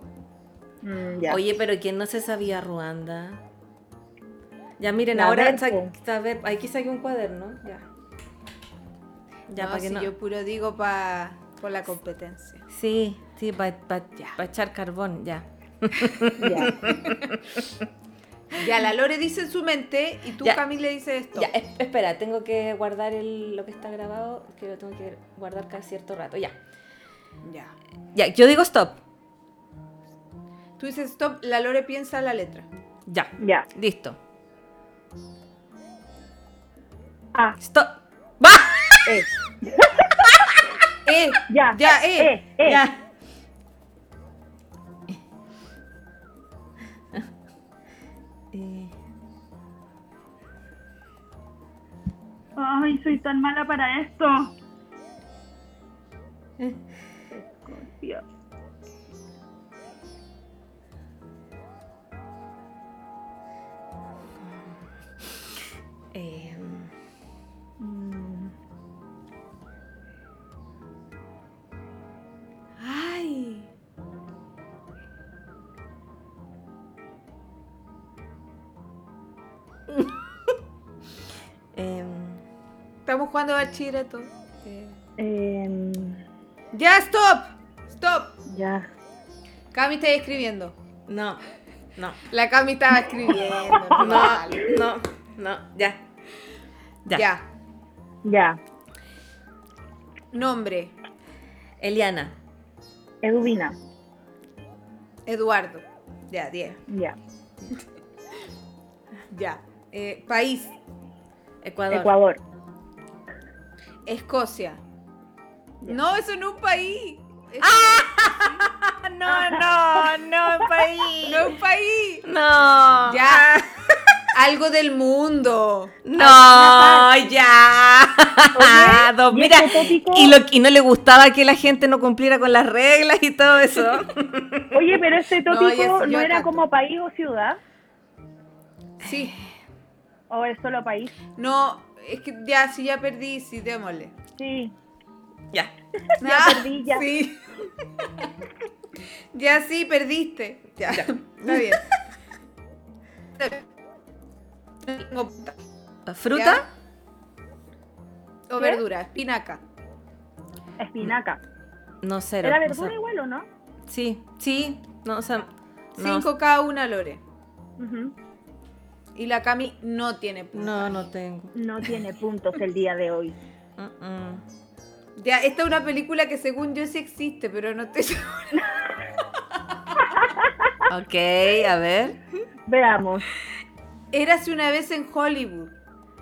Speaker 3: Mm, ya.
Speaker 2: Oye, pero ¿quién no se sabía Ruanda? Ya miren,
Speaker 3: La
Speaker 2: ahora
Speaker 3: Verpo.
Speaker 2: sa- a ver, aquí saqué un cuaderno, ya. Ya,
Speaker 1: no,
Speaker 2: para que
Speaker 1: si
Speaker 2: no.
Speaker 1: yo puro digo pa, por la competencia.
Speaker 2: Sí, sí, para echar carbón, ya.
Speaker 3: ya.
Speaker 1: Ya, la Lore dice en su mente y tú,
Speaker 2: Ya.
Speaker 1: Camille, le dices esto.
Speaker 2: Ya, es- espera, tengo que guardar el- lo que está grabado, que lo tengo que guardar cada cierto rato, ya.
Speaker 1: Ya.
Speaker 2: Ya, yo digo stop.
Speaker 1: Tú dices stop, la Lore piensa la letra.
Speaker 2: Ya,
Speaker 3: Ya.
Speaker 2: listo.
Speaker 3: Ah,
Speaker 2: Stop.
Speaker 3: eh.
Speaker 1: Eh,
Speaker 3: Ya.
Speaker 1: ya, eh.
Speaker 3: Eh, eh.
Speaker 2: Ya. Eh,
Speaker 3: Ay, soy tan mala para esto. Em, Escorpio.
Speaker 2: eh,
Speaker 3: Mm,
Speaker 1: Ay.
Speaker 2: em,
Speaker 1: Estamos jugando bachillerato. Eh.
Speaker 3: em,
Speaker 1: Ya, stop. Stop.
Speaker 3: ya.
Speaker 1: Cami está escribiendo.
Speaker 2: no, no,
Speaker 1: La Cami estaba escribiendo. no
Speaker 2: no,
Speaker 1: vale.
Speaker 2: no, no, ya.
Speaker 1: ya.
Speaker 2: Ya.
Speaker 3: Ya.
Speaker 1: Nombre.
Speaker 2: Eliana.
Speaker 3: Eduvina.
Speaker 1: Eduardo. Ya, 10.
Speaker 3: Ya.
Speaker 1: Ya. Eh, país.
Speaker 2: Ecuador.
Speaker 3: Ecuador.
Speaker 1: Escocia. No, eso no es un país. Es-
Speaker 2: No, no, no, país.
Speaker 1: No es un país.
Speaker 2: No.
Speaker 1: Ya. Algo del mundo.
Speaker 2: No, ya.
Speaker 1: Ah,
Speaker 3: Oye,
Speaker 2: Dos,
Speaker 3: y
Speaker 2: mira,
Speaker 3: este tópico-
Speaker 2: y, lo, y no le gustaba que la gente no cumpliera con las reglas y todo eso.
Speaker 3: Oye, pero este
Speaker 1: No,
Speaker 3: tópico
Speaker 1: yo-
Speaker 3: no,
Speaker 1: yo
Speaker 3: era
Speaker 1: canto.
Speaker 3: como país o ciudad.
Speaker 1: Sí.
Speaker 3: ¿O es solo país?
Speaker 1: No, es que ya, si ya perdí, sí, démosle.
Speaker 3: Sí.
Speaker 2: ya.
Speaker 1: Ya
Speaker 3: perdí, ya.
Speaker 1: Sí. ya sí, perdiste. Ya. Está bien. Tengo puta.
Speaker 2: ¿Fruta?
Speaker 1: O
Speaker 3: ¿Qué?
Speaker 1: verdura, espinaca.
Speaker 3: Espinaca.
Speaker 2: No, cero.
Speaker 3: ¿Era
Speaker 2: no
Speaker 3: verdura
Speaker 2: sé.
Speaker 3: igual o no?
Speaker 2: Sí, sí. No, o sea. no,
Speaker 1: Cinco cada una, Lore.
Speaker 3: Ujú.
Speaker 1: Y la Cami no tiene punta.
Speaker 2: No, no tengo.
Speaker 3: No tiene puntos el día de hoy.
Speaker 2: Mm, mm.
Speaker 1: Ya, esta es una película que según yo sí existe, pero no te
Speaker 2: Ok, a ver.
Speaker 3: Veamos.
Speaker 1: Érase una vez en Hollywood.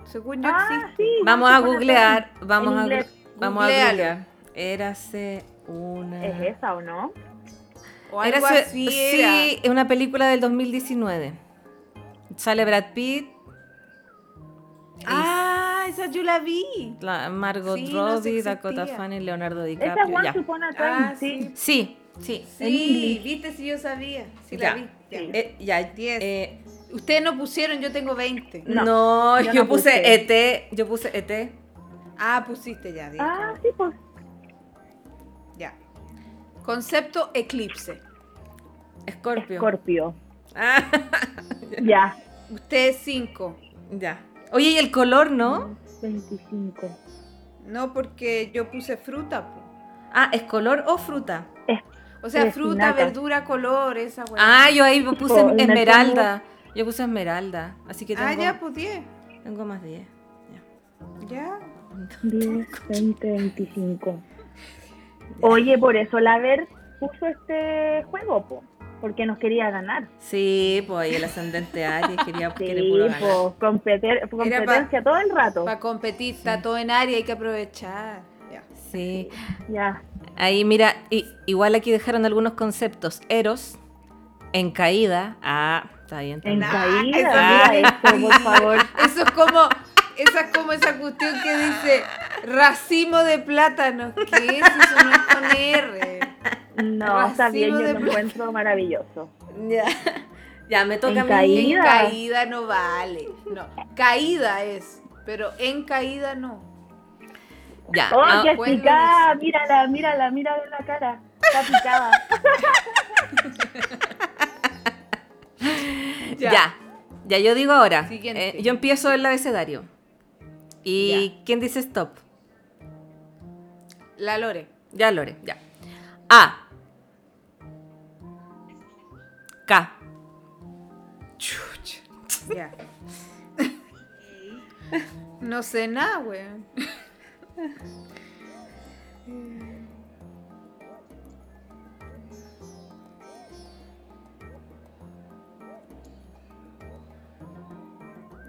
Speaker 1: Según yo
Speaker 3: Ah,
Speaker 1: existe.
Speaker 3: sí.
Speaker 2: Vamos
Speaker 3: sí,
Speaker 2: a
Speaker 3: sí, bueno,
Speaker 2: googlear. Vamos
Speaker 3: en
Speaker 2: a,
Speaker 3: inglés.
Speaker 2: gu- vamos a
Speaker 1: Googlealo.
Speaker 2: googlear. Érase una.
Speaker 3: ¿Es esa o no?
Speaker 1: O algo
Speaker 2: Érase-
Speaker 1: así
Speaker 2: sí, es una película del 2019. Sale Brad Pitt,
Speaker 1: era. Ah, esa yo la vi.
Speaker 2: la- Margot
Speaker 1: Sí, no sé
Speaker 2: Robbie, Dakota
Speaker 1: existía.
Speaker 2: Fanning, Leonardo
Speaker 3: Esa es
Speaker 2: DiCaprio.
Speaker 3: Once
Speaker 2: ya.
Speaker 3: Upon a Time,
Speaker 1: Ah,
Speaker 3: sí.
Speaker 2: Sí, sí.
Speaker 3: En
Speaker 1: Sí,
Speaker 3: inglés.
Speaker 1: viste si yo sabía. Sí,
Speaker 2: Ya.
Speaker 1: la vi. ya.
Speaker 3: Sí.
Speaker 2: Eh, ya,
Speaker 1: Diez.
Speaker 2: eh,
Speaker 1: Ustedes no pusieron, yo tengo 20.
Speaker 2: no,
Speaker 3: No,
Speaker 2: yo,
Speaker 3: yo no
Speaker 2: puse,
Speaker 3: puse.
Speaker 2: ET, yo puse E ET.
Speaker 1: Ah, pusiste ya, diez,
Speaker 3: Ah, sí, pues.
Speaker 1: Ya. Concepto eclipse.
Speaker 2: Scorpio.
Speaker 3: Scorpio.
Speaker 2: Ah,
Speaker 3: Ya.
Speaker 1: Ustedes cinco.
Speaker 2: ya. Oye, y el color, ¿no?
Speaker 3: 25.
Speaker 1: No porque yo puse fruta. po.
Speaker 2: Ah, ¿es color o fruta?
Speaker 1: O sea,
Speaker 3: Eres
Speaker 1: fruta,
Speaker 3: nata.
Speaker 1: verdura, color, esa weá.
Speaker 2: Ah, yo ahí puse
Speaker 3: Tipo, el
Speaker 2: esmeralda. Yo puse esmeralda. Así que tengo,
Speaker 1: Ah, ya, pues 10.
Speaker 2: tengo más 10. Ya.
Speaker 1: Ya.
Speaker 3: 10, 20, 25. Oye, por eso la ver puso este juego, po, porque nos quería ganar.
Speaker 2: Sí, pues ahí el ascendente Aries quería
Speaker 3: Sí,
Speaker 2: quiere puro ganar.
Speaker 3: po, competir- competencia todo el rato.
Speaker 1: Para competir, está todo en área, hay que aprovechar. Ya.
Speaker 2: Sí.
Speaker 3: Ya.
Speaker 2: Ahí mira, i- igual aquí dejaron algunos conceptos. Eros, en caída. Ah, está bien.
Speaker 3: En
Speaker 2: también.
Speaker 3: caída,
Speaker 1: esa
Speaker 3: mira esto, por favor.
Speaker 1: Eso es como, esa es como esa cuestión que dice racimo de plátanos. ¿Qué es? Eso no es con R.
Speaker 3: No, está bien,
Speaker 1: Racimo de
Speaker 3: yo lo
Speaker 1: blo-
Speaker 3: encuentro maravilloso.
Speaker 2: Ya. Ya, me toca
Speaker 3: En
Speaker 2: a mí.
Speaker 1: En
Speaker 3: caída.
Speaker 1: caída no vale. No. Caída es, pero en caída no.
Speaker 2: Ya.
Speaker 3: ¡Oh,
Speaker 2: ah,
Speaker 3: ya es
Speaker 1: bueno,
Speaker 3: picada! Mírala, mírala, mírala la cara. Está picada.
Speaker 2: ya. ya. yo digo ahora.
Speaker 1: Siguiente.
Speaker 2: Eh, yo empiezo el abecedario. ¿Y quién dice stop?
Speaker 1: La Lore.
Speaker 2: Ya, Lore, ya. A. K.
Speaker 1: Ya. No sé nada, weón.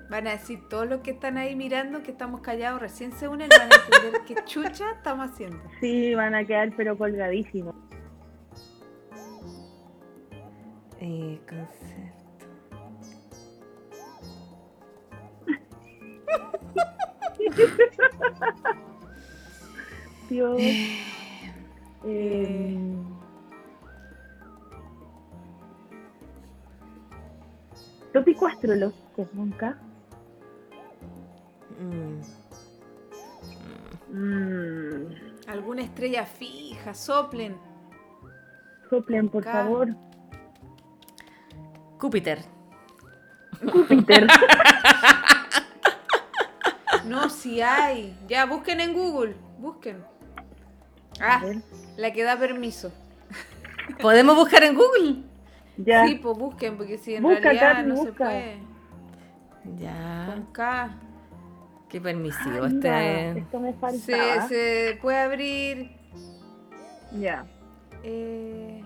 Speaker 1: Van a decir todos los que están ahí mirando que estamos callados, recién se unen, van a entender qué chucha estamos haciendo.
Speaker 3: Sí, van a quedar pero colgadísimos.
Speaker 2: Eh, concepto.
Speaker 3: Dios. Eh, Tópico astrológico, nunca.
Speaker 2: Mm.
Speaker 3: Mm,
Speaker 1: Alguna estrella fija, soplen.
Speaker 3: soplen, por
Speaker 1: Ca-
Speaker 3: favor.
Speaker 2: Júpiter.
Speaker 3: Júpiter.
Speaker 1: No, si hay. Ya, busquen en Google, busquen.
Speaker 3: A
Speaker 1: Ah,
Speaker 3: ver,
Speaker 1: la que da permiso.
Speaker 2: ¿Podemos buscar en Google?
Speaker 3: ya.
Speaker 1: Sí, pues busquen, porque si en
Speaker 3: Busca,
Speaker 1: realidad
Speaker 3: Katy,
Speaker 1: no se
Speaker 3: busca.
Speaker 1: puede.
Speaker 2: Ya.
Speaker 1: Con K.
Speaker 2: Qué permisivo
Speaker 3: Ah, mira,
Speaker 2: este.
Speaker 3: Esto me
Speaker 1: Se,
Speaker 3: faltaba.
Speaker 1: se puede abrir.
Speaker 3: Ya.
Speaker 1: eh,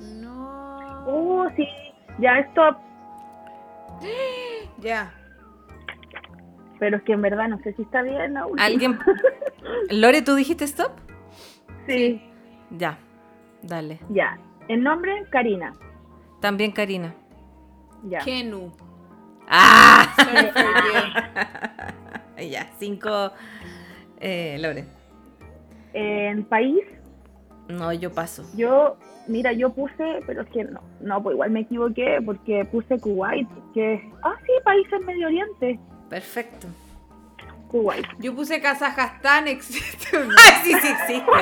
Speaker 1: No.
Speaker 3: Oh, sí. Ya, stop.
Speaker 1: Ya.
Speaker 3: Pero es que en verdad no sé si está bien aún.
Speaker 2: ¿Alguien? Lore, ¿tú dijiste stop?
Speaker 3: Sí.
Speaker 2: Ya. Dale.
Speaker 3: Ya. El nombre, Karina.
Speaker 2: También Karina.
Speaker 3: Ya.
Speaker 1: Kenu.
Speaker 2: ¡Ah!
Speaker 1: Sorry for you.
Speaker 2: Ya, cinco. Eh, Lore.
Speaker 3: En país,
Speaker 2: No, yo paso.
Speaker 3: yo, mira, yo puse, pero es que no, no, pues igual me equivoqué porque puse Kuwait, que es, ah, sí, país en Medio Oriente,
Speaker 2: Perfecto.
Speaker 3: Kuwait.
Speaker 1: Yo puse Kazajstán, existe o no.
Speaker 2: Ah, sí, sí existe.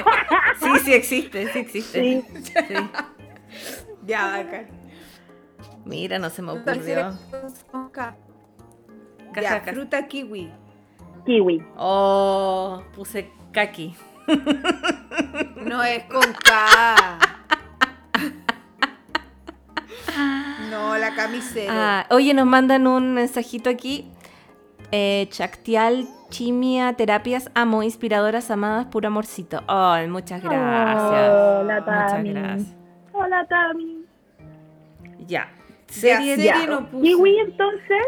Speaker 2: Sí, sí existe, sí existe.
Speaker 3: Sí,
Speaker 2: Sí.
Speaker 1: Ya, bacán.
Speaker 2: Mira, no se me ocurrió.
Speaker 1: Con K. Ya,
Speaker 2: Kazajstán.
Speaker 1: fruta kiwi.
Speaker 3: Kiwi.
Speaker 2: Oh, puse kaki.
Speaker 1: No es con K. No, la camiseta.
Speaker 2: Ah, oye, nos mandan un mensajito aquí. Eh, Chactial Chimia Terapias Amo, inspiradoras, amadas, puro amorcito. Oh, muchas
Speaker 3: Oh,
Speaker 2: gracias.
Speaker 3: la
Speaker 2: muchas
Speaker 3: Oh, Tami.
Speaker 2: gracias.
Speaker 3: Hola, Tami.
Speaker 2: Ya.
Speaker 1: Serie,
Speaker 2: Serie-
Speaker 1: serie
Speaker 3: Ya.
Speaker 1: no puse.
Speaker 3: Kiwi, entonces.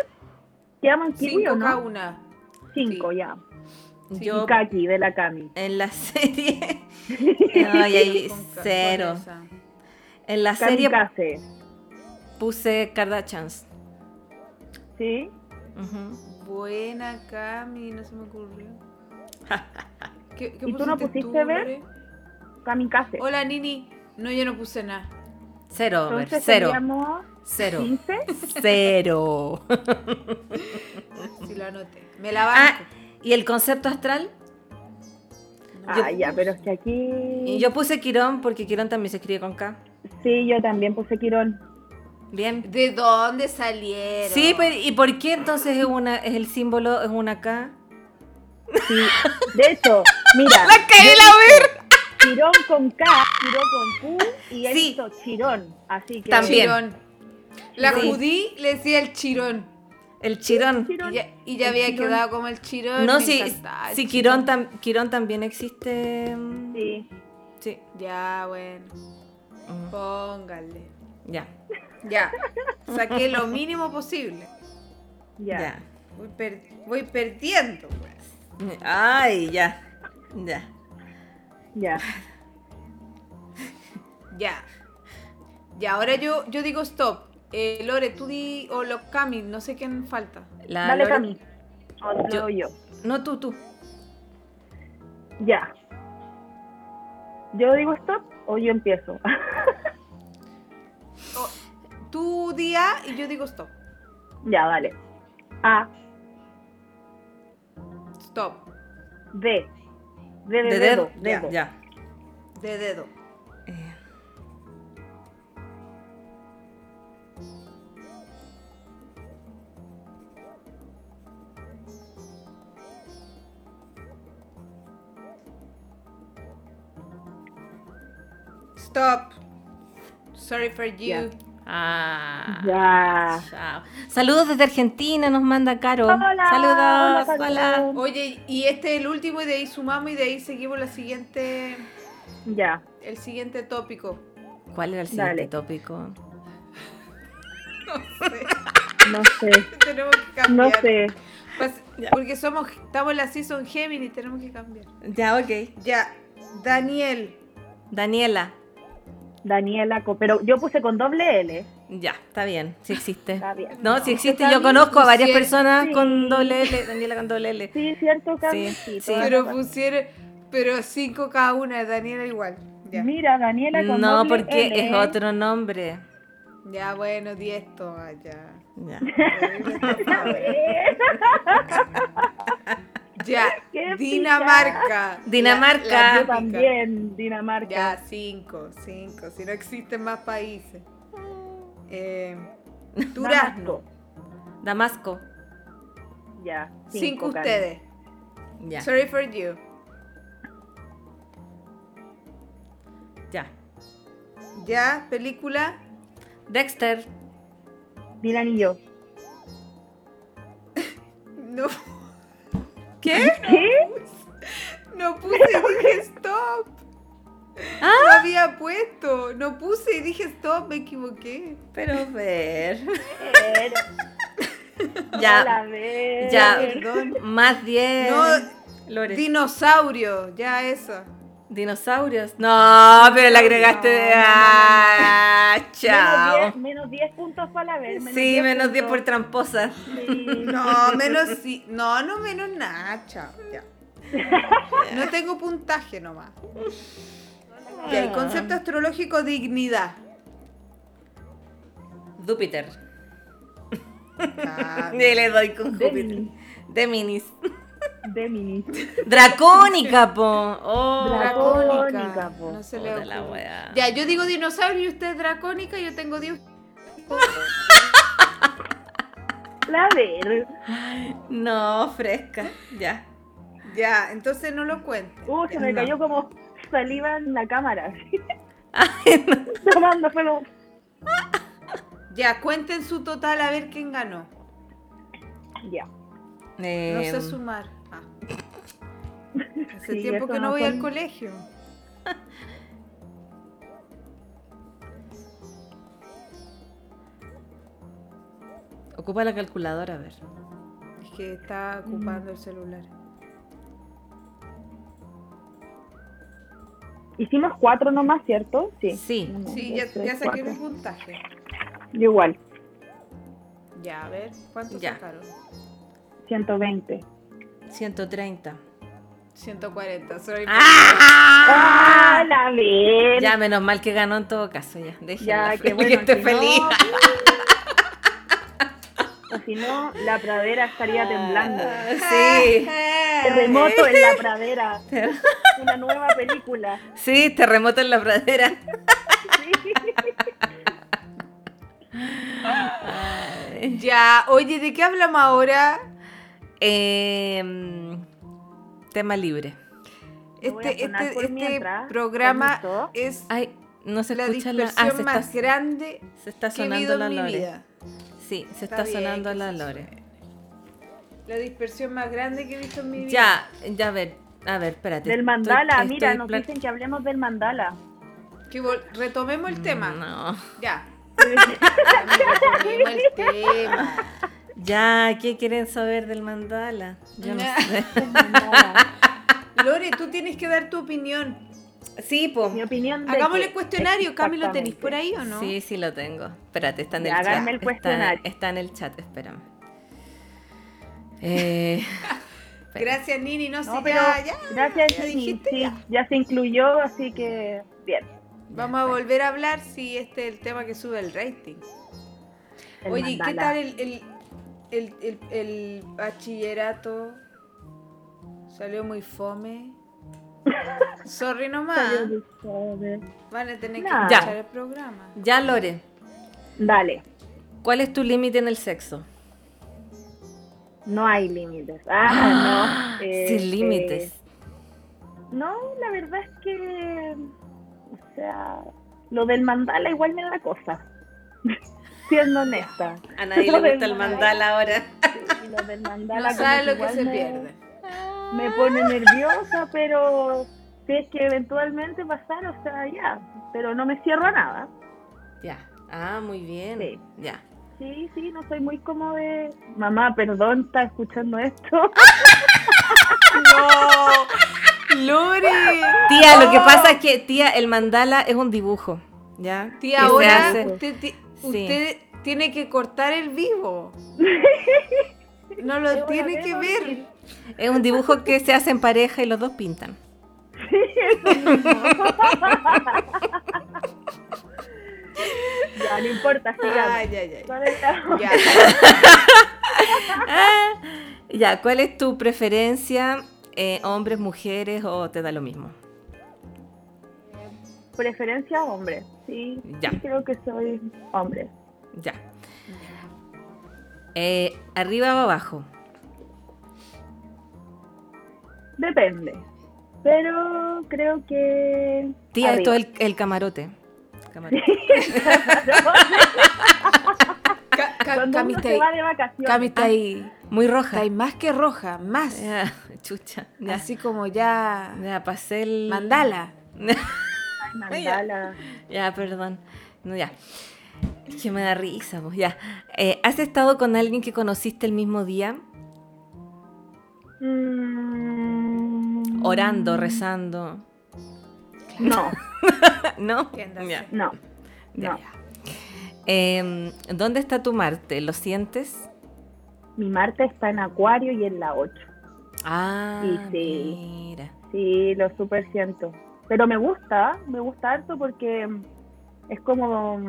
Speaker 3: Llaman Kiwi
Speaker 1: Cinco
Speaker 3: o
Speaker 1: cada
Speaker 3: no?
Speaker 1: una.
Speaker 3: Cinco, ya.
Speaker 2: yo
Speaker 3: Kaki de la Cami.
Speaker 2: en la serie. No, y ahí
Speaker 1: Con ca-
Speaker 2: cero.
Speaker 1: con esa.
Speaker 2: En la
Speaker 3: Kami
Speaker 2: serie
Speaker 3: Kase.
Speaker 2: puse Kardashians.
Speaker 3: ¿Sí?
Speaker 2: Ujú.
Speaker 1: Buena, Cami, no se me ocurrió. ¿Qué, qué
Speaker 3: ¿Y tú no
Speaker 1: pusiste
Speaker 3: pusiste ver?
Speaker 1: Lore?
Speaker 3: Kami Kase.
Speaker 1: Hola, Nini. No, yo no puse nada.
Speaker 2: Cero, Ber,
Speaker 3: Entonces
Speaker 2: cero,
Speaker 3: seríamos
Speaker 2: cero,
Speaker 3: 15.
Speaker 2: cero.
Speaker 1: Si lo anoté. Me la
Speaker 2: Ah,
Speaker 1: banco.
Speaker 2: ¿y el concepto astral?
Speaker 1: No,
Speaker 3: Ah, ya, pero es que aquí.
Speaker 2: Yo puse Quirón porque Quirón también se escribe con K.
Speaker 3: Sí, yo también puse Quirón.
Speaker 2: Bien.
Speaker 1: ¿De dónde salieron?
Speaker 2: Sí, pues, pero ¿y por qué entonces es una es el símbolo es una K?
Speaker 3: Sí. De hecho, mira.
Speaker 2: ¡La cagué la ver!
Speaker 3: Chirón con K, Chirón con Q y
Speaker 2: Sí.
Speaker 3: esto, Chirón. Así que.
Speaker 2: También.
Speaker 1: Chirón. La
Speaker 2: Sí.
Speaker 1: judí le decía el chirón.
Speaker 2: El Chirón.
Speaker 1: Y ya, y ya
Speaker 3: El
Speaker 1: había
Speaker 3: chirón.
Speaker 1: quedado como el chirón.
Speaker 2: No,
Speaker 1: me
Speaker 2: si,
Speaker 1: encantaba el
Speaker 2: si
Speaker 1: chirón.
Speaker 2: Quirón, tam- Quirón también existe. mm,
Speaker 3: Sí.
Speaker 2: Sí.
Speaker 1: Ya, bueno.
Speaker 2: Ujú.
Speaker 1: Póngale.
Speaker 2: Ya.
Speaker 1: Ya. Saqué lo mínimo posible.
Speaker 3: Ya.
Speaker 1: Voy, per- voy perdiendo. pues.
Speaker 2: ya. Ay, ya. Ya.
Speaker 3: Ya.
Speaker 1: Ya. Ya, ahora yo, yo digo stop. Eh, Lore, tú di. O los Cami, no sé quién falta.
Speaker 2: La
Speaker 3: Dale,
Speaker 2: Ah, Lore-
Speaker 3: Cami. O lo
Speaker 2: Yo-
Speaker 3: doy yo.
Speaker 2: No, tú, tú.
Speaker 3: Ya. ¿Yo digo stop o yo empiezo?
Speaker 1: Tú di A y yo digo stop.
Speaker 3: ya, vale. A,
Speaker 1: Stop.
Speaker 3: D. D de,
Speaker 2: De
Speaker 3: dedo.
Speaker 2: dedo. Ya.
Speaker 3: dedo.
Speaker 2: ya.
Speaker 1: De dedo.
Speaker 2: Eh,
Speaker 1: Stop. Sorry for you.
Speaker 3: Ya.
Speaker 2: Ah.
Speaker 3: Ya.
Speaker 2: Chao. Saludos desde Argentina, nos manda Caro.
Speaker 3: Hola,
Speaker 2: Saludos,
Speaker 3: hola,
Speaker 2: hola.
Speaker 3: Caro.
Speaker 1: Oye, y este es el último y de ahí sumamos y de ahí seguimos la siguiente,
Speaker 3: Ya.
Speaker 1: el siguiente tópico.
Speaker 2: ¿Cuál era el siguiente
Speaker 3: Dale.
Speaker 2: tópico?
Speaker 3: No sé.
Speaker 1: Tenemos que cambiar.
Speaker 3: No sé.
Speaker 1: Pas- Porque somos, estamos en la season Gemini, tenemos que cambiar.
Speaker 2: Ya, ok.
Speaker 1: Ya, Daniel.
Speaker 2: Daniela.
Speaker 3: Daniela, Co- pero yo puse con doble L.
Speaker 2: Ya, está bien, si existe.
Speaker 3: Está bien. pues,
Speaker 2: No,
Speaker 1: No,
Speaker 2: si existe,
Speaker 1: está
Speaker 2: yo
Speaker 1: bien,
Speaker 2: conozco a varias
Speaker 1: pusieron-
Speaker 2: personas
Speaker 3: sí.
Speaker 2: con doble L, Daniela con doble L.
Speaker 3: Sí, cierto, Cami.
Speaker 2: Sí,
Speaker 3: Sí,
Speaker 2: sí.
Speaker 3: toda la
Speaker 1: Pero
Speaker 3: razón.
Speaker 1: pusieron, pero cinco cada una, Daniela igual. Ya,
Speaker 3: Mira, Daniela con
Speaker 2: No,
Speaker 3: doble
Speaker 2: porque
Speaker 3: L.
Speaker 2: es otro nombre.
Speaker 1: ya bueno, di esto, ah, ya.
Speaker 2: Ya.
Speaker 1: Ya,
Speaker 3: Qué
Speaker 1: Dinamarca.
Speaker 2: Dinamarca.
Speaker 1: La- la
Speaker 3: Yo
Speaker 1: típica.
Speaker 3: también, Dinamarca.
Speaker 1: Ya, cinco, cinco. Si no existen más países. Eh, Durazno.
Speaker 2: Damasco.
Speaker 3: Damasco. Ya.
Speaker 1: Cinco,
Speaker 3: Cami.
Speaker 1: ustedes.
Speaker 2: Ya.
Speaker 1: Sorry for you.
Speaker 2: Ya.
Speaker 1: Ya, película.
Speaker 2: Dexter.
Speaker 3: Dylan y yo.
Speaker 1: No,
Speaker 2: ¿Qué?
Speaker 3: ¿Qué?
Speaker 1: no puse y dije stop.
Speaker 2: Ah,
Speaker 1: No había puesto. No puse y dije stop, me equivoqué.
Speaker 2: Pero ver.
Speaker 3: Hola,
Speaker 2: Ya.
Speaker 3: Ver.
Speaker 2: Ya.
Speaker 1: Perdón.
Speaker 2: Más 10.
Speaker 1: No,
Speaker 2: Lore.
Speaker 1: Dinosaurio, ya eso.
Speaker 2: Dinosaurios. No, pero le agregaste.
Speaker 1: No, no, no, no, no.
Speaker 2: Ah,
Speaker 3: Menos
Speaker 2: chao.
Speaker 3: 10 Menos 10 puntos para la ver.
Speaker 2: Sí, menos 10 por
Speaker 3: puntos.
Speaker 2: tramposa.
Speaker 3: Sí.
Speaker 1: No, menos sí. No, no menos nada, chao. Ya. No tengo puntaje nomás. Ya, el concepto astrológico dignidad.
Speaker 2: Júpiter.
Speaker 1: Ah,
Speaker 2: Y le doy con Júpiter.
Speaker 3: Demi.
Speaker 2: De minis.
Speaker 3: Demi.
Speaker 2: Dracónica, po. Oh,
Speaker 3: Draco-
Speaker 1: dracónica.
Speaker 3: Dracónica, po.
Speaker 1: No se le
Speaker 2: Puta la
Speaker 1: ocurre.
Speaker 2: weá.
Speaker 1: Ya, yo digo dinosaurio y usted dracónica, yo tengo dios.
Speaker 3: La ver.
Speaker 2: No, fresca. Ya.
Speaker 1: Ya, entonces no lo cuente.
Speaker 3: Uh, se me
Speaker 2: No.
Speaker 3: cayó como saliva en la cámara. Tomando fuego.
Speaker 1: Ya, cuenten su total a ver quién ganó.
Speaker 3: Ya.
Speaker 1: No
Speaker 2: Em,
Speaker 1: sé sumar. Ah. Hace
Speaker 3: Sí,
Speaker 1: tiempo
Speaker 3: eso
Speaker 1: que no
Speaker 3: no
Speaker 1: voy
Speaker 3: fue-
Speaker 1: al colegio.
Speaker 2: Ocupa la calculadora, a ver.
Speaker 1: Es que está
Speaker 3: Mm.
Speaker 1: ocupando el celular.
Speaker 3: Hicimos cuatro nomás, ¿cierto? Sí.
Speaker 2: Sí.
Speaker 3: Uno,
Speaker 1: Sí,
Speaker 3: dos,
Speaker 1: ya,
Speaker 3: tres,
Speaker 1: ya saqué
Speaker 3: Mm, cuatro.
Speaker 1: mi puntaje.
Speaker 3: Yo igual,
Speaker 1: Ya, a ver, ¿cuánto
Speaker 2: Ya.
Speaker 1: sacaron?
Speaker 3: 120.
Speaker 2: 130.
Speaker 1: 140, soy
Speaker 3: ¡Ah, la ver!
Speaker 2: Ya, menos mal que ganó en todo caso, ya. Déjenla,
Speaker 3: Ya, qué
Speaker 2: que
Speaker 3: bueno.
Speaker 2: esté
Speaker 3: si
Speaker 2: feliz.
Speaker 3: No, uh. o si no, la pradera estaría temblando.
Speaker 2: Ah,
Speaker 1: Eh,
Speaker 2: Sí,
Speaker 3: Terremoto en la pradera. Una nueva película.
Speaker 2: sí, terremoto en la pradera.
Speaker 1: Ya, oye, ¿de qué hablamos ahora?
Speaker 2: Em, tema libre.
Speaker 3: Lo voy a
Speaker 1: Este,
Speaker 3: sonar
Speaker 1: este-
Speaker 3: por
Speaker 1: este
Speaker 3: mientras.
Speaker 1: programa
Speaker 3: Permiso.
Speaker 1: es
Speaker 2: Ay, no Ah, se
Speaker 1: la
Speaker 2: escucha la.
Speaker 1: dispersión
Speaker 2: Ah, se
Speaker 1: más
Speaker 2: está,
Speaker 1: grande
Speaker 2: se está
Speaker 1: que he vivido
Speaker 2: sonando la
Speaker 1: en mi
Speaker 2: lore.
Speaker 1: vida.
Speaker 2: Sí,
Speaker 1: Está
Speaker 2: se está,
Speaker 1: bien,
Speaker 2: sonando
Speaker 1: que
Speaker 2: la
Speaker 1: se
Speaker 2: lore.
Speaker 1: La dispersión más grande que he visto en mi vida.
Speaker 2: Ya, ya, a ver, a ver, espérate.
Speaker 3: Del
Speaker 2: Estoy-
Speaker 3: mandala,
Speaker 2: estoy
Speaker 3: mira, nos
Speaker 2: plan-
Speaker 3: dicen que hablemos del mandala.
Speaker 1: Que vol- retomemos el tema.
Speaker 2: Mm, No.
Speaker 1: Ya. Amiga, retomemos el tema.
Speaker 2: Ya, ¿qué quieren saber del mandala? Yo no sé.
Speaker 1: Lore, tú tienes que dar tu opinión.
Speaker 2: Sí, po.
Speaker 3: Mi opinión. de
Speaker 1: Hagámosle
Speaker 3: que-
Speaker 1: el cuestionario. Cami, ¿lo tenéis
Speaker 3: Exactamente.
Speaker 1: por ahí o no?
Speaker 2: Sí, sí lo tengo. Espérate, está en el
Speaker 3: Ya,
Speaker 2: chat.
Speaker 3: háganme el
Speaker 2: Está-
Speaker 3: cuestionario.
Speaker 2: Está, en el chat, espérame. Eh,
Speaker 1: Gracias, Nini. No, sé,
Speaker 3: No, pero
Speaker 1: ya, ya.
Speaker 3: gracias,
Speaker 1: ya
Speaker 3: sí,
Speaker 1: dijiste,
Speaker 3: sí,
Speaker 1: ya.
Speaker 3: ya se incluyó, así que bien.
Speaker 1: Vamos a volver a hablar si este es el tema que sube el rating.
Speaker 3: el
Speaker 1: Oye, ¿qué
Speaker 3: mandala.
Speaker 1: tal el, el, el, el- el bachillerato? Salió muy fome. Sorry nomás. Van a tener que
Speaker 3: Nah.
Speaker 1: escuchar el programa.
Speaker 2: ya, Lore,
Speaker 3: Dale,
Speaker 2: ¿cuál es tu límite en el sexo?
Speaker 3: no hay límites. Ah, no. eh,
Speaker 2: Sin límites.
Speaker 3: eh, no, la verdad es que, o sea, lo del mandala igual me da cosa. Siendo honesta.
Speaker 2: A nadie
Speaker 3: lo
Speaker 2: le
Speaker 3: del
Speaker 2: gusta el
Speaker 3: mandala.
Speaker 2: mandala ahora.
Speaker 3: Y Lo del mandala
Speaker 1: No
Speaker 3: como
Speaker 1: sabe lo que
Speaker 3: igual
Speaker 1: se
Speaker 3: me-
Speaker 1: pierde.
Speaker 3: me pone nerviosa, pero si es que eventualmente pasar, o sea, ya, pero no me cierro a nada.
Speaker 2: Ya. Ah, muy bien.
Speaker 3: Sí.
Speaker 2: Ya.
Speaker 3: Sí, sí, no soy muy como de... Mamá, perdón, está escuchando esto.
Speaker 1: ¡No! ¡Lore!
Speaker 2: Tía, lo que pasa es que, tía, el mandala es un dibujo. ¿Ya? Que
Speaker 1: Tía,
Speaker 2: se
Speaker 1: ahora
Speaker 2: hace-
Speaker 1: usted, ti-
Speaker 2: Sí.
Speaker 1: usted tiene que cortar el vivo. No
Speaker 3: Debo
Speaker 1: lo tiene
Speaker 3: de
Speaker 1: que ver.
Speaker 3: dormir.
Speaker 2: Es un dibujo que se hace en pareja y los dos pintan.
Speaker 3: Ya, no importa, sigamos.
Speaker 1: Ay, ay, ay.
Speaker 3: ¿Cuál era?
Speaker 1: Ya.
Speaker 2: Ya, ¿cuál es tu preferencia? eh, ¿Hombres, mujeres o te da lo mismo?
Speaker 3: Preferencia hombre, sí.
Speaker 2: Ya.
Speaker 3: sí, creo que soy hombre.
Speaker 2: Ya. Eh, ¿Arriba o abajo?
Speaker 3: Depende. Pero creo que...
Speaker 2: Tía, esto
Speaker 3: arriba.
Speaker 2: es el, el camarote. Camarote.
Speaker 1: Ca- ca-
Speaker 3: Cuando
Speaker 1: Cami
Speaker 3: uno
Speaker 1: está
Speaker 3: se
Speaker 1: ahí.
Speaker 3: va de vacaciones.
Speaker 1: Cami está ahí.
Speaker 2: Muy
Speaker 1: Está
Speaker 2: roja.
Speaker 1: ahí más que roja, más.
Speaker 2: ah, Ya, chucha. Ya,
Speaker 1: Así como ya.
Speaker 2: Ya, pasé el...
Speaker 1: Mandala.
Speaker 3: Ay, mandala.
Speaker 2: Ya, perdón. No, ya. Es que me da risa, pues ya. Eh, ¿Has estado con alguien que conociste el mismo día?
Speaker 3: Mm,
Speaker 2: Orando, rezando. Ah,
Speaker 3: No,
Speaker 2: ¿No?
Speaker 1: Tienda,
Speaker 2: Ya,
Speaker 1: sí.
Speaker 3: no.
Speaker 2: ya,
Speaker 3: No.
Speaker 2: ya. Em, ¿Dónde está tu Marte? ¿Lo sientes?
Speaker 3: Mi Marte está en Acuario y en la 8.
Speaker 2: Ah,
Speaker 3: Sí, sí.
Speaker 2: mira.
Speaker 3: Sí, lo super siento. Pero me gusta, me gusta harto porque es como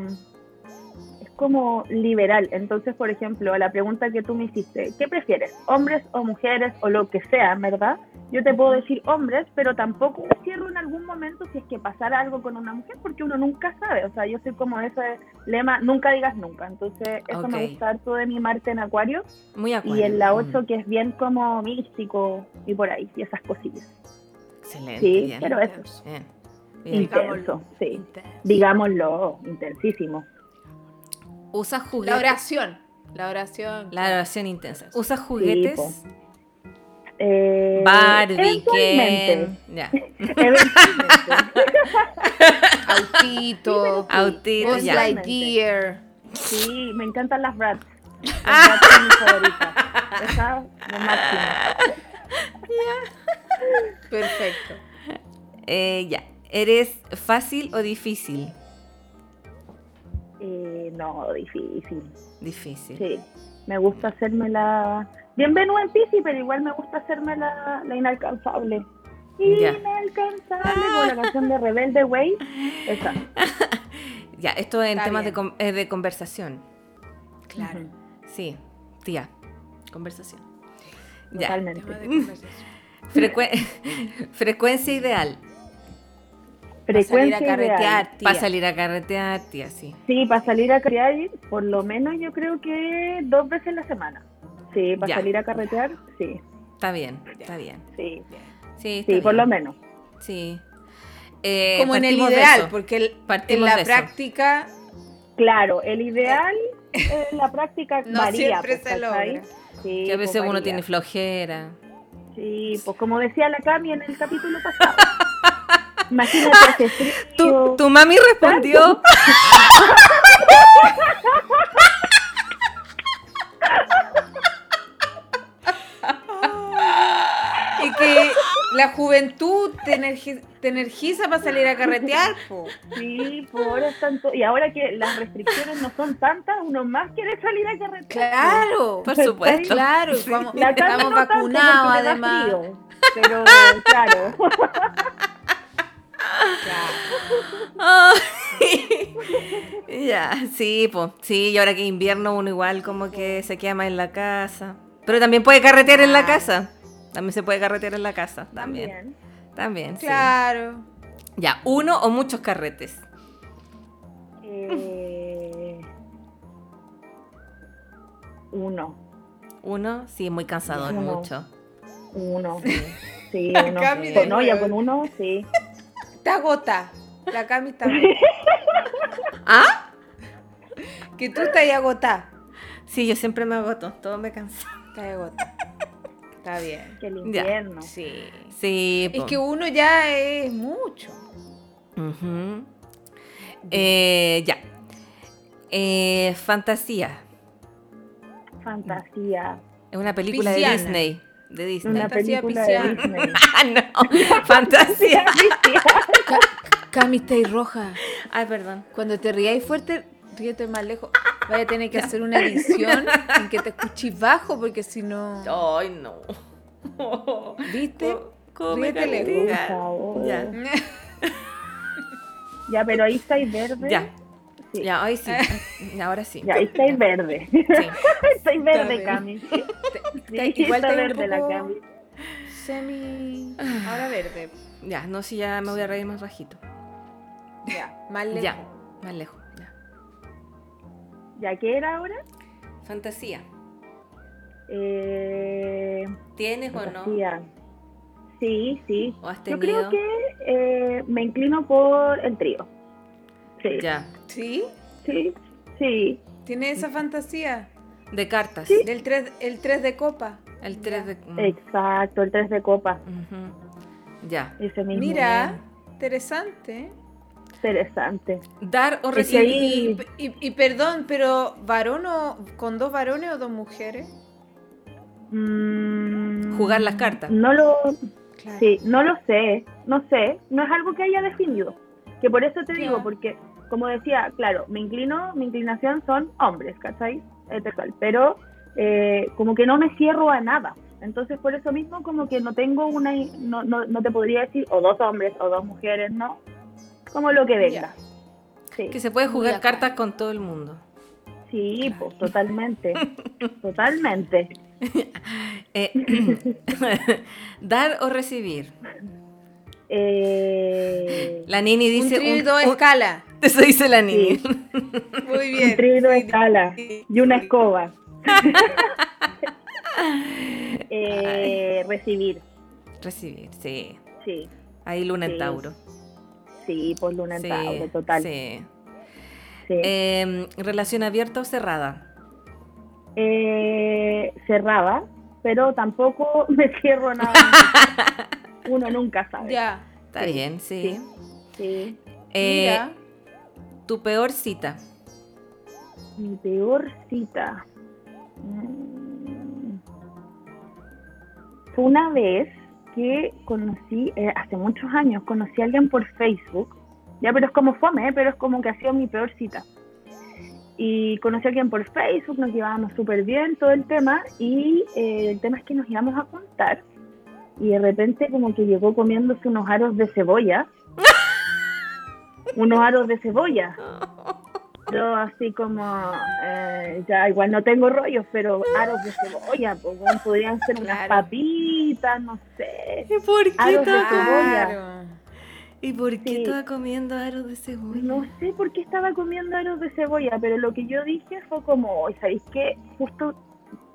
Speaker 3: es como liberal. Entonces, por ejemplo, a la pregunta que tú me hiciste, ¿qué prefieres? ¿Hombres o mujeres o lo que sea, verdad? Yo te puedo decir hombres, pero tampoco me cierro en algún momento si es que pasara algo con una mujer, porque uno nunca sabe. O sea, yo soy como ese lema, nunca digas nunca. Entonces, eso
Speaker 2: Ok.
Speaker 3: me
Speaker 2: mm.
Speaker 3: gusta harto de mi Marte en Acuario.
Speaker 2: Muy acuerdo.
Speaker 3: Y en la 8 que es bien como místico y por ahí, y esas cosillas.
Speaker 2: Excelente.
Speaker 3: Sí,
Speaker 2: bien,
Speaker 3: pero eso,
Speaker 2: bien, bien.
Speaker 3: intenso,
Speaker 1: Digámoslo.
Speaker 3: sí.
Speaker 1: Intenso.
Speaker 3: Digámoslo, intensísimo.
Speaker 2: ¿Usas
Speaker 1: La
Speaker 2: juguetes?
Speaker 1: oración. La oración.
Speaker 2: La oración intensa. ¿Usas juguetes?
Speaker 3: po. Eh,
Speaker 2: Barbie,
Speaker 3: eventualmente.
Speaker 2: Ken. Ya.
Speaker 3: Eventualmente.
Speaker 1: Autito,
Speaker 2: Autito,
Speaker 1: Buzz
Speaker 2: ya.
Speaker 1: Lightyear.
Speaker 3: Sí, me encantan las rats. Las rats son mis favoritas. Esas, lo máximo.
Speaker 1: Perfecto.
Speaker 2: Eh, ya. ¿Eres fácil o difícil?
Speaker 3: Eh, no, difícil.
Speaker 2: Difícil.
Speaker 3: Sí, me gusta hacerme la... Bienvenue en Pisi, pero igual me gusta hacerme la, la inalcanzable.
Speaker 2: Ya.
Speaker 3: Inalcanzable, con la canción de Rebelde Way. Esa.
Speaker 2: Ya, esto en
Speaker 1: Está
Speaker 2: temas de,
Speaker 1: bien.
Speaker 2: con- eh, de conversación.
Speaker 1: Claro.
Speaker 2: Sí, tía. Conversación. Ya.
Speaker 3: Totalmente.
Speaker 1: Tema de conversación.
Speaker 2: Frecue- frecuencia ideal.
Speaker 1: salir
Speaker 3: Frecuencia
Speaker 1: a carretear.
Speaker 3: ideal.
Speaker 1: Tía.
Speaker 2: Para salir a carretear, tía, sí.
Speaker 3: Sí, para salir a carretear, por lo menos yo creo que dos veces a la semana. Sí, para
Speaker 2: Ya.
Speaker 3: salir a carretear, sí,
Speaker 2: Está bien, está bien.
Speaker 3: sí,
Speaker 2: Sí, está
Speaker 3: sí, por lo
Speaker 2: bien.
Speaker 3: menos.
Speaker 2: Sí. Eh,
Speaker 1: Como en el
Speaker 2: partimos de
Speaker 1: ideal,
Speaker 2: eso.
Speaker 1: porque el- en
Speaker 2: Partimos de
Speaker 1: la
Speaker 2: eso.
Speaker 1: práctica
Speaker 3: Claro, el ideal, eh, la práctica
Speaker 1: no
Speaker 3: varía.
Speaker 1: siempre
Speaker 3: pues,
Speaker 1: se
Speaker 3: ¿cachai?
Speaker 1: logra.
Speaker 3: Sí,
Speaker 2: Que a
Speaker 3: pues,
Speaker 2: veces uno
Speaker 3: varía.
Speaker 2: tiene flojera.
Speaker 3: Sí, pues como decía la Cami en el capítulo pasado. Imagínate hace frío.
Speaker 2: Tu, tu mami respondió.
Speaker 1: Y que la juventud te, energi- te energiza para salir a carretear, po.
Speaker 3: Sí, pues ahora están to- y ahora que las restricciones no son tantas, uno más quiere salir a carretera.
Speaker 1: Claro,
Speaker 2: Por supuesto.
Speaker 1: claro, y vamos-
Speaker 3: La Cami
Speaker 1: estamos
Speaker 3: no tanto porque le da
Speaker 1: vacunados además.
Speaker 3: frío, pero claro,
Speaker 2: Ay. ya, sí, pues. Sí, y ahora que invierno uno igual como que se queda más en la casa. Pero también puede carretear en la casa. También se puede carretear en la casa. También.
Speaker 3: también.
Speaker 2: También, sí.
Speaker 1: Claro.
Speaker 2: Ya, uno o muchos carretes.
Speaker 3: Eh, uno,
Speaker 2: Uno, sí, es muy cansador,
Speaker 3: Uno.
Speaker 2: mucho.
Speaker 3: uno. Sí,
Speaker 1: La
Speaker 3: uno.
Speaker 1: Cami de
Speaker 3: Con olla,
Speaker 1: nuevo.
Speaker 3: con uno, sí.
Speaker 1: Está agota. La Cami está agota.
Speaker 2: ¿Ah?
Speaker 1: Que tú estás agotada.
Speaker 2: Sí, yo siempre me agoto, todo me cansa.
Speaker 1: Estás agotada. Está bien.
Speaker 3: Que el infierno.
Speaker 1: Sí.
Speaker 2: Sí,
Speaker 1: Es
Speaker 2: po.
Speaker 1: que uno ya es mucho.
Speaker 2: Ujú. Eh, ya. Eh, fantasía.
Speaker 3: Fantasía.
Speaker 2: Es una película
Speaker 1: Pisciana.
Speaker 2: de Disney. De Disney.
Speaker 3: Una
Speaker 1: Fantasía
Speaker 3: película
Speaker 1: pisciana.
Speaker 3: de Disney.
Speaker 2: Ah, no. Fantasía.
Speaker 1: Cami, estáis roja.
Speaker 2: Ay, perdón.
Speaker 1: Cuando te ríais fuerte, ríete más lejos. Vaya a tener que hacer una edición en que te escuches bajo, porque si no.
Speaker 2: Ay, no.
Speaker 1: ¿Viste?
Speaker 2: ¿Cómo
Speaker 1: Ríete lejos.
Speaker 3: Por
Speaker 2: castigan?
Speaker 3: favor.
Speaker 2: Ya.
Speaker 3: Ya, pero ahí estáis verde.
Speaker 2: Ya.
Speaker 3: Sí.
Speaker 2: Ya, hoy sí. Ya, Ahora sí.
Speaker 3: Ya, ahí estáis verde.
Speaker 2: Sí.
Speaker 3: estáis verde,
Speaker 1: bien.
Speaker 3: Cami.
Speaker 1: está-
Speaker 3: Sí,
Speaker 1: igual
Speaker 3: está
Speaker 1: está un
Speaker 3: verde la
Speaker 1: poco-
Speaker 3: Cami.
Speaker 1: Semi. Ahora verde.
Speaker 2: Ya, no, si ya me voy a reír más bajito.
Speaker 1: Ya. Más lejos.
Speaker 2: Ya, más lejos. ya.
Speaker 3: ¿Ya qué era ahora?
Speaker 2: Fantasía.
Speaker 3: Eh,
Speaker 2: ¿Tienes o no?
Speaker 3: fantasía. Sí, sí.
Speaker 2: ¿O has
Speaker 3: Yo
Speaker 2: tenido?
Speaker 3: creo que eh, me inclino por el trío. Sí,
Speaker 2: Ya.
Speaker 1: ¿Sí?
Speaker 3: sí, sí.
Speaker 1: ¿Tiene esa fantasía?
Speaker 2: De cartas.
Speaker 1: Del 3, el 3 de copa.
Speaker 2: El 3 de. mm.
Speaker 3: Exacto, el tres de copas.
Speaker 2: Ujú. Ya.
Speaker 3: Ese mismo.
Speaker 1: Mira, interesante.
Speaker 3: Interesante.
Speaker 2: Dar o
Speaker 3: Es que ahí-
Speaker 2: recibir.
Speaker 1: Y, y- y perdón, pero varón o con dos varones o dos mujeres?
Speaker 3: Mm,
Speaker 2: Jugar las cartas.
Speaker 3: No lo,
Speaker 1: Claro.
Speaker 3: Sí, no lo sé, no sé, no es algo que haya definido. Que por eso te digo,
Speaker 1: Ya.
Speaker 3: porque como decía, claro, me inclino, mi inclinación son hombres, ¿cachai? Heterosexual, pero eh, como que no me cierro a nada. Entonces por eso mismo como que no tengo una, no, no, no te podría decir o dos hombres o dos mujeres, ¿no? Como lo que venga. Sí,
Speaker 2: Que se puede
Speaker 1: Muy
Speaker 2: jugar
Speaker 1: acá.
Speaker 2: cartas con todo el mundo.
Speaker 3: sí pues, totalmente, totalmente.
Speaker 2: Eh, dar o recibir.
Speaker 3: Eh,
Speaker 2: La Nini
Speaker 1: Un
Speaker 2: dice.
Speaker 1: trío y
Speaker 2: un-
Speaker 1: dos
Speaker 2: un-
Speaker 1: escala.
Speaker 2: Eso dice la Nini.
Speaker 3: Sí.
Speaker 1: Muy
Speaker 3: un
Speaker 1: bien.
Speaker 2: Este,
Speaker 3: trío de escala y una escoba. Eh, recibir,
Speaker 2: Recibir, sí.
Speaker 3: sí,
Speaker 2: Ahí Luna en
Speaker 3: Sí.
Speaker 2: Tauro.
Speaker 3: sí, por luna en
Speaker 2: Sí,
Speaker 3: Tauro, total.
Speaker 2: sí. Em,
Speaker 3: sí.
Speaker 2: Eh, relación abierta o cerrada.
Speaker 3: Eh, cerrada, pero tampoco me cierro nada. Uno nunca sabe.
Speaker 1: Ya.
Speaker 2: Está bien, sí.
Speaker 3: Sí.
Speaker 2: Eh,
Speaker 1: Mira.
Speaker 2: Tu peor cita.
Speaker 3: Mi peor cita. Mm. Fue una vez que conocí, eh, hace muchos años, conocí a alguien por Facebook. Ya, pero es como fome, ¿eh? pero es como que ha sido mi peor cita. Y conocí a alguien por Facebook, nos llevábamos súper bien, todo el tema. Y eh, el tema es que nos íbamos a contar. Y de repente como que llegó comiéndose unos aros de cebolla. unos aros de cebolla. Yo así como, eh, ya igual no tengo rollos, pero aros de cebolla, pues, weón, podrían ser unas
Speaker 1: Claro.
Speaker 3: papitas, no sé.
Speaker 2: ¿Y por qué
Speaker 3: Aros de
Speaker 2: estaba comi-
Speaker 3: cebolla.
Speaker 1: Claro.
Speaker 2: ¿Y por qué
Speaker 3: Sí.
Speaker 2: estaba comiendo aros de cebolla?
Speaker 3: No sé por qué estaba comiendo aros de cebolla, pero lo que yo dije fue como, "Oye, ¿sabéis qué? Justo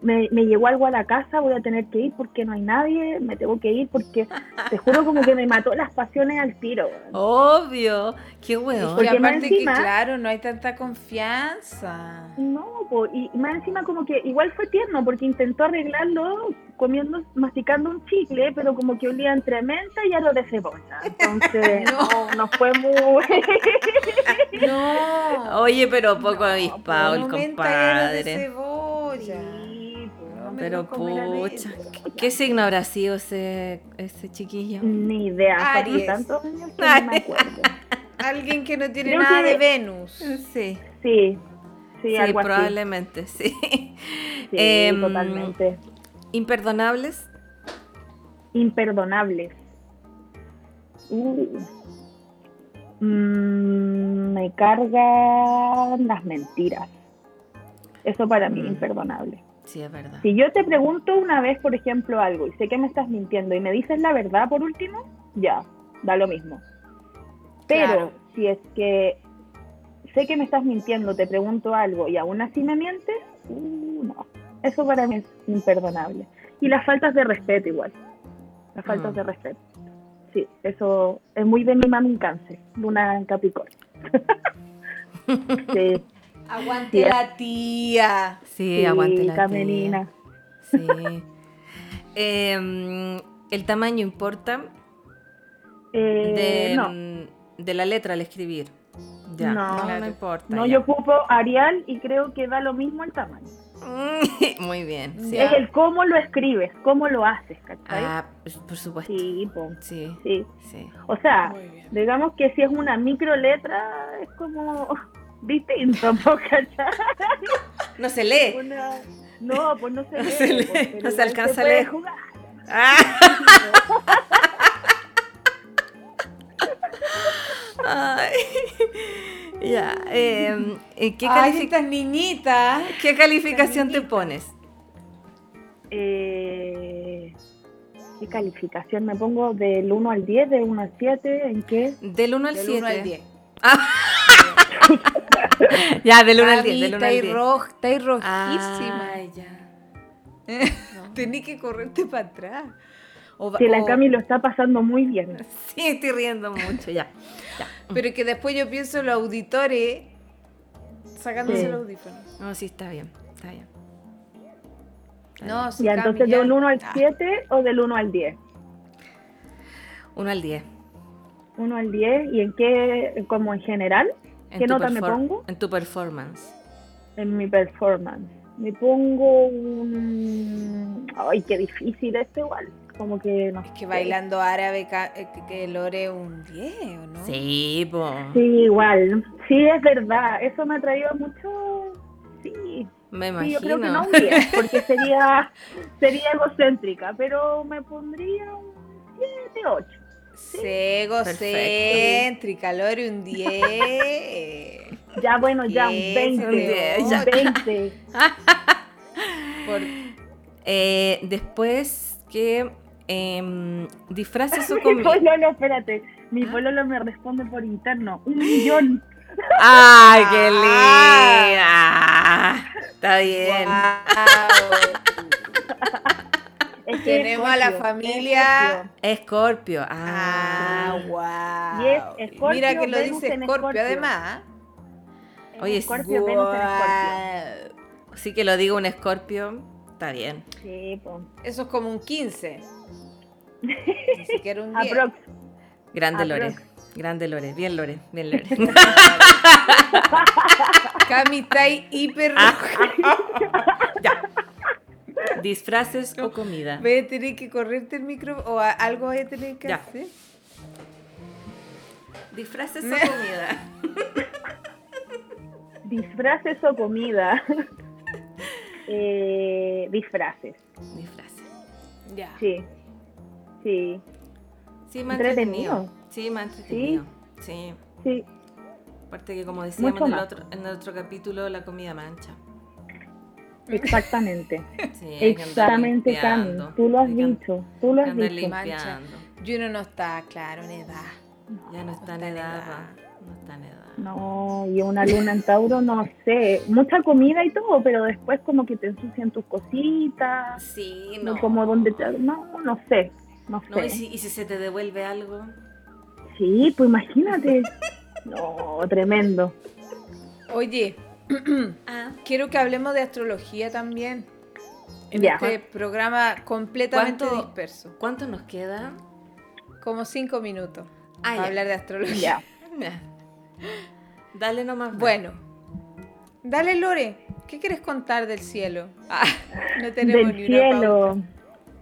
Speaker 3: me, me llegó algo a la casa, voy a tener que ir porque no hay nadie, me tengo que ir porque te juro como que me mató las pasiones al tiro. weón.
Speaker 2: Obvio. Qué hueón.
Speaker 1: Y
Speaker 3: Porque más
Speaker 1: aparte
Speaker 3: encima-
Speaker 1: que, claro, no hay tanta confianza.
Speaker 3: No, po, y y más encima como que igual fue tierno porque intentó arreglarlo comiendo, masticando un chicle, pero como que olía entre menta y aros de cebolla. Entonces, no, no fue muy...
Speaker 1: No.
Speaker 2: Oye, pero poco
Speaker 3: No,
Speaker 2: avispado el Oh, compadre.
Speaker 1: cebolla.
Speaker 3: Sí, po,
Speaker 1: No me
Speaker 2: Pero
Speaker 1: puedo comer a
Speaker 2: pucha,
Speaker 1: nadie.
Speaker 2: ¿qué, qué signo habrá sido ese, ese chiquillo?
Speaker 3: Ni idea, fue hace
Speaker 1: Aries.
Speaker 3: tantos años que no me acuerdo.
Speaker 1: Alguien que no tiene
Speaker 3: Creo
Speaker 1: nada
Speaker 3: que-
Speaker 1: de Venus.
Speaker 2: Sí,
Speaker 3: Sí, sí,
Speaker 2: sí,
Speaker 3: algo así.
Speaker 2: probablemente, sí.
Speaker 3: Sí,
Speaker 2: Em,
Speaker 3: totalmente.
Speaker 2: Imperdonables.
Speaker 3: Imperdonables. Uh. Mm, me cargan las mentiras. Eso para mí es
Speaker 2: Mm.
Speaker 3: imperdonable.
Speaker 2: Sí, es verdad.
Speaker 3: Si yo te pregunto una vez, por ejemplo, algo y sé que me estás mintiendo y me dices la verdad por último, ya, da lo mismo. Pero
Speaker 1: Claro.
Speaker 3: si es que sé que me estás mintiendo, te pregunto algo y aún así me mientes, uh, no. Eso para mí es imperdonable. Y las faltas de respeto igual. Las faltas
Speaker 2: Mm.
Speaker 3: de respeto. Sí, eso es muy de mi mami en cáncer, luna en Capricornio. sí,
Speaker 1: Aguante la tía.
Speaker 2: Sí, aguante
Speaker 3: sí,
Speaker 2: la
Speaker 3: Camerina.
Speaker 2: tía. Sí. Em, el tamaño importa
Speaker 3: Eh,
Speaker 2: de, em,
Speaker 3: no.
Speaker 2: de la letra al escribir. Ya,
Speaker 3: No.
Speaker 2: no,
Speaker 1: Claro.
Speaker 2: no importa.
Speaker 3: No,
Speaker 2: ya.
Speaker 3: yo ocupo Arial y creo que da lo mismo el tamaño.
Speaker 2: Muy bien. sí.
Speaker 1: Ya.
Speaker 3: Es el cómo lo escribes, cómo lo haces, ¿cachai?
Speaker 2: Ah, pues, por supuesto. Sí.
Speaker 3: Sí, po,
Speaker 2: Sí.
Speaker 3: sí. O sea, digamos que si es una microletra, es como distinto, po, ¿cachai?
Speaker 2: No se lee.
Speaker 3: Una- No, pues no se,
Speaker 2: No
Speaker 3: lee,
Speaker 2: se lee,
Speaker 3: po, pero
Speaker 2: no se
Speaker 3: igual
Speaker 2: alcanza a
Speaker 3: puede
Speaker 2: leer.
Speaker 3: jugar.
Speaker 2: Ah. Ay. Ya. em, ¿y ¿qué,
Speaker 1: Ay,
Speaker 2: califi-
Speaker 1: estas niñitas.
Speaker 2: qué calificación te pones?
Speaker 3: Eh, ¿Qué calificación me pongo? ¿Del 1 al 10? ¿De 1 al 7? ¿En qué?
Speaker 2: Del 1 al
Speaker 1: Del
Speaker 2: 7.
Speaker 1: 1 al 10.
Speaker 2: Ya, del 1 al 10. Del 1 al 10.
Speaker 1: Estáis rojísima.
Speaker 2: Ay, ya.
Speaker 1: Tení que correrte para atrás. O va-
Speaker 3: Que
Speaker 2: Oh.
Speaker 3: la
Speaker 1: o-
Speaker 3: Cami lo está pasando muy bien.
Speaker 2: Sí, estoy riendo mucho, ya.
Speaker 1: Pero que después yo pienso los auditores sacándose
Speaker 3: Sí.
Speaker 1: los audífonos.
Speaker 2: No, sí, está bien. Está bien. Está
Speaker 1: No, sí,
Speaker 3: Ya, entonces
Speaker 1: Cami, ya.
Speaker 3: del 1 al
Speaker 1: Ah,
Speaker 3: 7 o del 1 al 10.
Speaker 2: 1 al 10.
Speaker 3: 1 al 10 y en qué, como en general,
Speaker 2: En
Speaker 3: ¿Qué
Speaker 2: tu
Speaker 3: nota me
Speaker 2: perfor-
Speaker 3: pongo?
Speaker 2: En tu performance.
Speaker 3: en mi performance. Me pongo un... Ay, qué difícil este igual. Como que no
Speaker 1: Es que
Speaker 3: sé.
Speaker 1: bailando árabe, ca- eh, que- que Lore un 10, ¿o no?
Speaker 2: Sí, po.
Speaker 3: Sí, igual. Sí, es verdad. Eso me ha traído mucho... Sí,
Speaker 2: Me
Speaker 3: sí,
Speaker 2: imagino.
Speaker 3: yo creo que no un 10, porque sería, sería egocéntrica, pero me pondría un 7, 8.
Speaker 1: Se egocéntrica, Lore un 10.
Speaker 3: Ya, bueno, ya, un
Speaker 1: Diez,
Speaker 3: 20.
Speaker 2: un diez, ya.
Speaker 3: 20.
Speaker 1: Por-
Speaker 2: Eh, después que em, disfraces o
Speaker 3: Mi
Speaker 2: comida.
Speaker 3: pololo, espérate. Mi
Speaker 2: Ah.
Speaker 3: pololo me responde por interno. Un millón.
Speaker 2: ¡Ay, qué linda! Está bien.
Speaker 1: Guau.
Speaker 3: Es que es
Speaker 1: Tenemos a la
Speaker 3: Scorpio,
Speaker 1: familia.
Speaker 3: es
Speaker 2: Escorpio.
Speaker 1: Ah,
Speaker 2: Ah,
Speaker 1: wow.
Speaker 3: Y es Escorpio,
Speaker 1: Mira que lo
Speaker 3: Venus
Speaker 1: dice
Speaker 3: en
Speaker 1: Scorpio,
Speaker 3: Escorpio.
Speaker 1: además.
Speaker 3: Scorpio.
Speaker 2: Oye,
Speaker 3: Es Scorpio, Venus en Scorpio.
Speaker 1: Guau.
Speaker 2: sí que lo digo un escorpio. Está bien.
Speaker 3: Sí, pues.
Speaker 1: Eso es como un 15. Ni siquiera un 10.
Speaker 3: Aprox.
Speaker 2: Grande
Speaker 3: Aprox.
Speaker 2: Lore. Grande Lore. Bien Lore. Bien Lore.
Speaker 1: Cami está ahí hiper
Speaker 2: Ah. ya. Disfraces o comida.
Speaker 1: Voy a tener que correrte el micro o a- algo voy a tener que
Speaker 2: Ya.
Speaker 1: hacer.
Speaker 2: Disfraces o comida.
Speaker 3: Disfraces o comida. Eh, disfraces,
Speaker 2: Disfraces.
Speaker 1: Ya.
Speaker 3: sí. Sí,
Speaker 2: Sí, más
Speaker 3: Entretenido.
Speaker 2: entretenido. Sí, más entretenido. Sí.
Speaker 3: sí.
Speaker 2: Aparte que como decíamos
Speaker 3: Mucho
Speaker 2: en el,
Speaker 3: más.
Speaker 2: otro, en el otro capítulo, la comida mancha.
Speaker 3: Exactamente.
Speaker 2: Sí, hay que andar
Speaker 3: Exactamente, Cami.
Speaker 2: limpiando,
Speaker 3: Tú lo has
Speaker 2: hay que an-
Speaker 3: dicho. Tú lo
Speaker 2: hay
Speaker 3: has
Speaker 2: que andar
Speaker 3: dicho.
Speaker 2: limpiando.
Speaker 1: Y uno no está claro en edad.
Speaker 2: Ya no está en
Speaker 1: está en
Speaker 2: edad.
Speaker 1: edad.
Speaker 2: pa. No está en edad.
Speaker 3: No, y una luna en Tauro, no sé. Mucha comida y todo, pero después como que te ensucian tus cositas.
Speaker 2: Sí,
Speaker 3: No.
Speaker 2: no.
Speaker 3: Como donde te... No, no sé. No sé.
Speaker 2: No, y si, y si se te devuelve algo.
Speaker 3: Sí, pues imagínate. No, tremendo.
Speaker 1: Oye,
Speaker 2: Ah.
Speaker 1: quiero que hablemos de astrología también. En
Speaker 3: Ya.
Speaker 1: este programa completamente
Speaker 2: ¿Cuánto?
Speaker 1: disperso.
Speaker 2: ¿Cuánto nos queda?
Speaker 1: Como cinco minutos.
Speaker 2: Ah,
Speaker 1: para
Speaker 2: ya.
Speaker 1: hablar de astrología.
Speaker 3: Ya.
Speaker 2: Dale nomás. pues.
Speaker 1: Bueno, dale Lore, ¿qué quieres contar del cielo? Ah, no tenemos
Speaker 3: Del
Speaker 1: ni una pauta.
Speaker 3: cielo.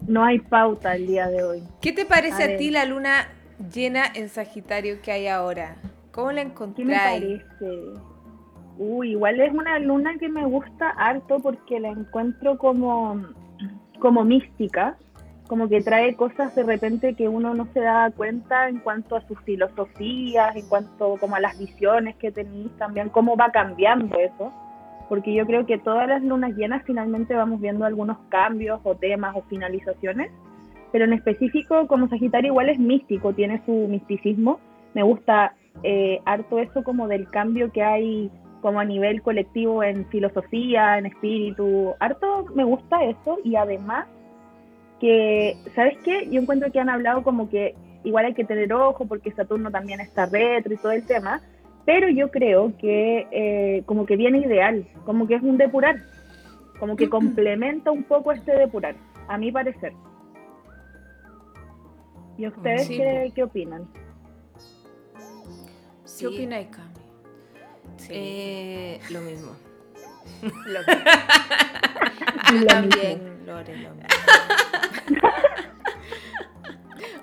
Speaker 3: No hay pauta el día de hoy.
Speaker 1: ¿Qué te parece
Speaker 3: A
Speaker 1: a,
Speaker 3: ver.
Speaker 1: ti la luna llena en Sagitario que hay ahora? ¿Cómo la
Speaker 3: ¿Qué me
Speaker 1: encontráis?
Speaker 3: parece? Uy, igual es una luna que me gusta harto porque la encuentro como, como mística, como que trae cosas de repente que uno no se da cuenta en cuanto a sus filosofías, en cuanto como a las visiones que tenéis también, cómo va cambiando eso. Porque yo creo que todas las lunas llenas finalmente vamos viendo algunos cambios o temas o finalizaciones, pero en específico como Sagitario igual es místico, tiene su misticismo. Me gusta eh, harto eso como del cambio que hay como a nivel colectivo en filosofía, en espíritu, harto me gusta eso y además que, ¿sabes qué? Yo encuentro que han hablado como que igual hay que tener ojo porque Saturno también está retro y todo el tema, pero yo creo que eh, como que viene ideal, como que es un depurar, como que complementa un poco este depurar, a mi parecer. ¿Y ustedes
Speaker 1: Sí,
Speaker 3: qué, qué opinan?
Speaker 1: ¿Qué opináis, Cami? Eh, Sí,
Speaker 2: lo mismo.
Speaker 1: lo mismo. Yo
Speaker 3: Lo
Speaker 1: también, Lore, lo mismo.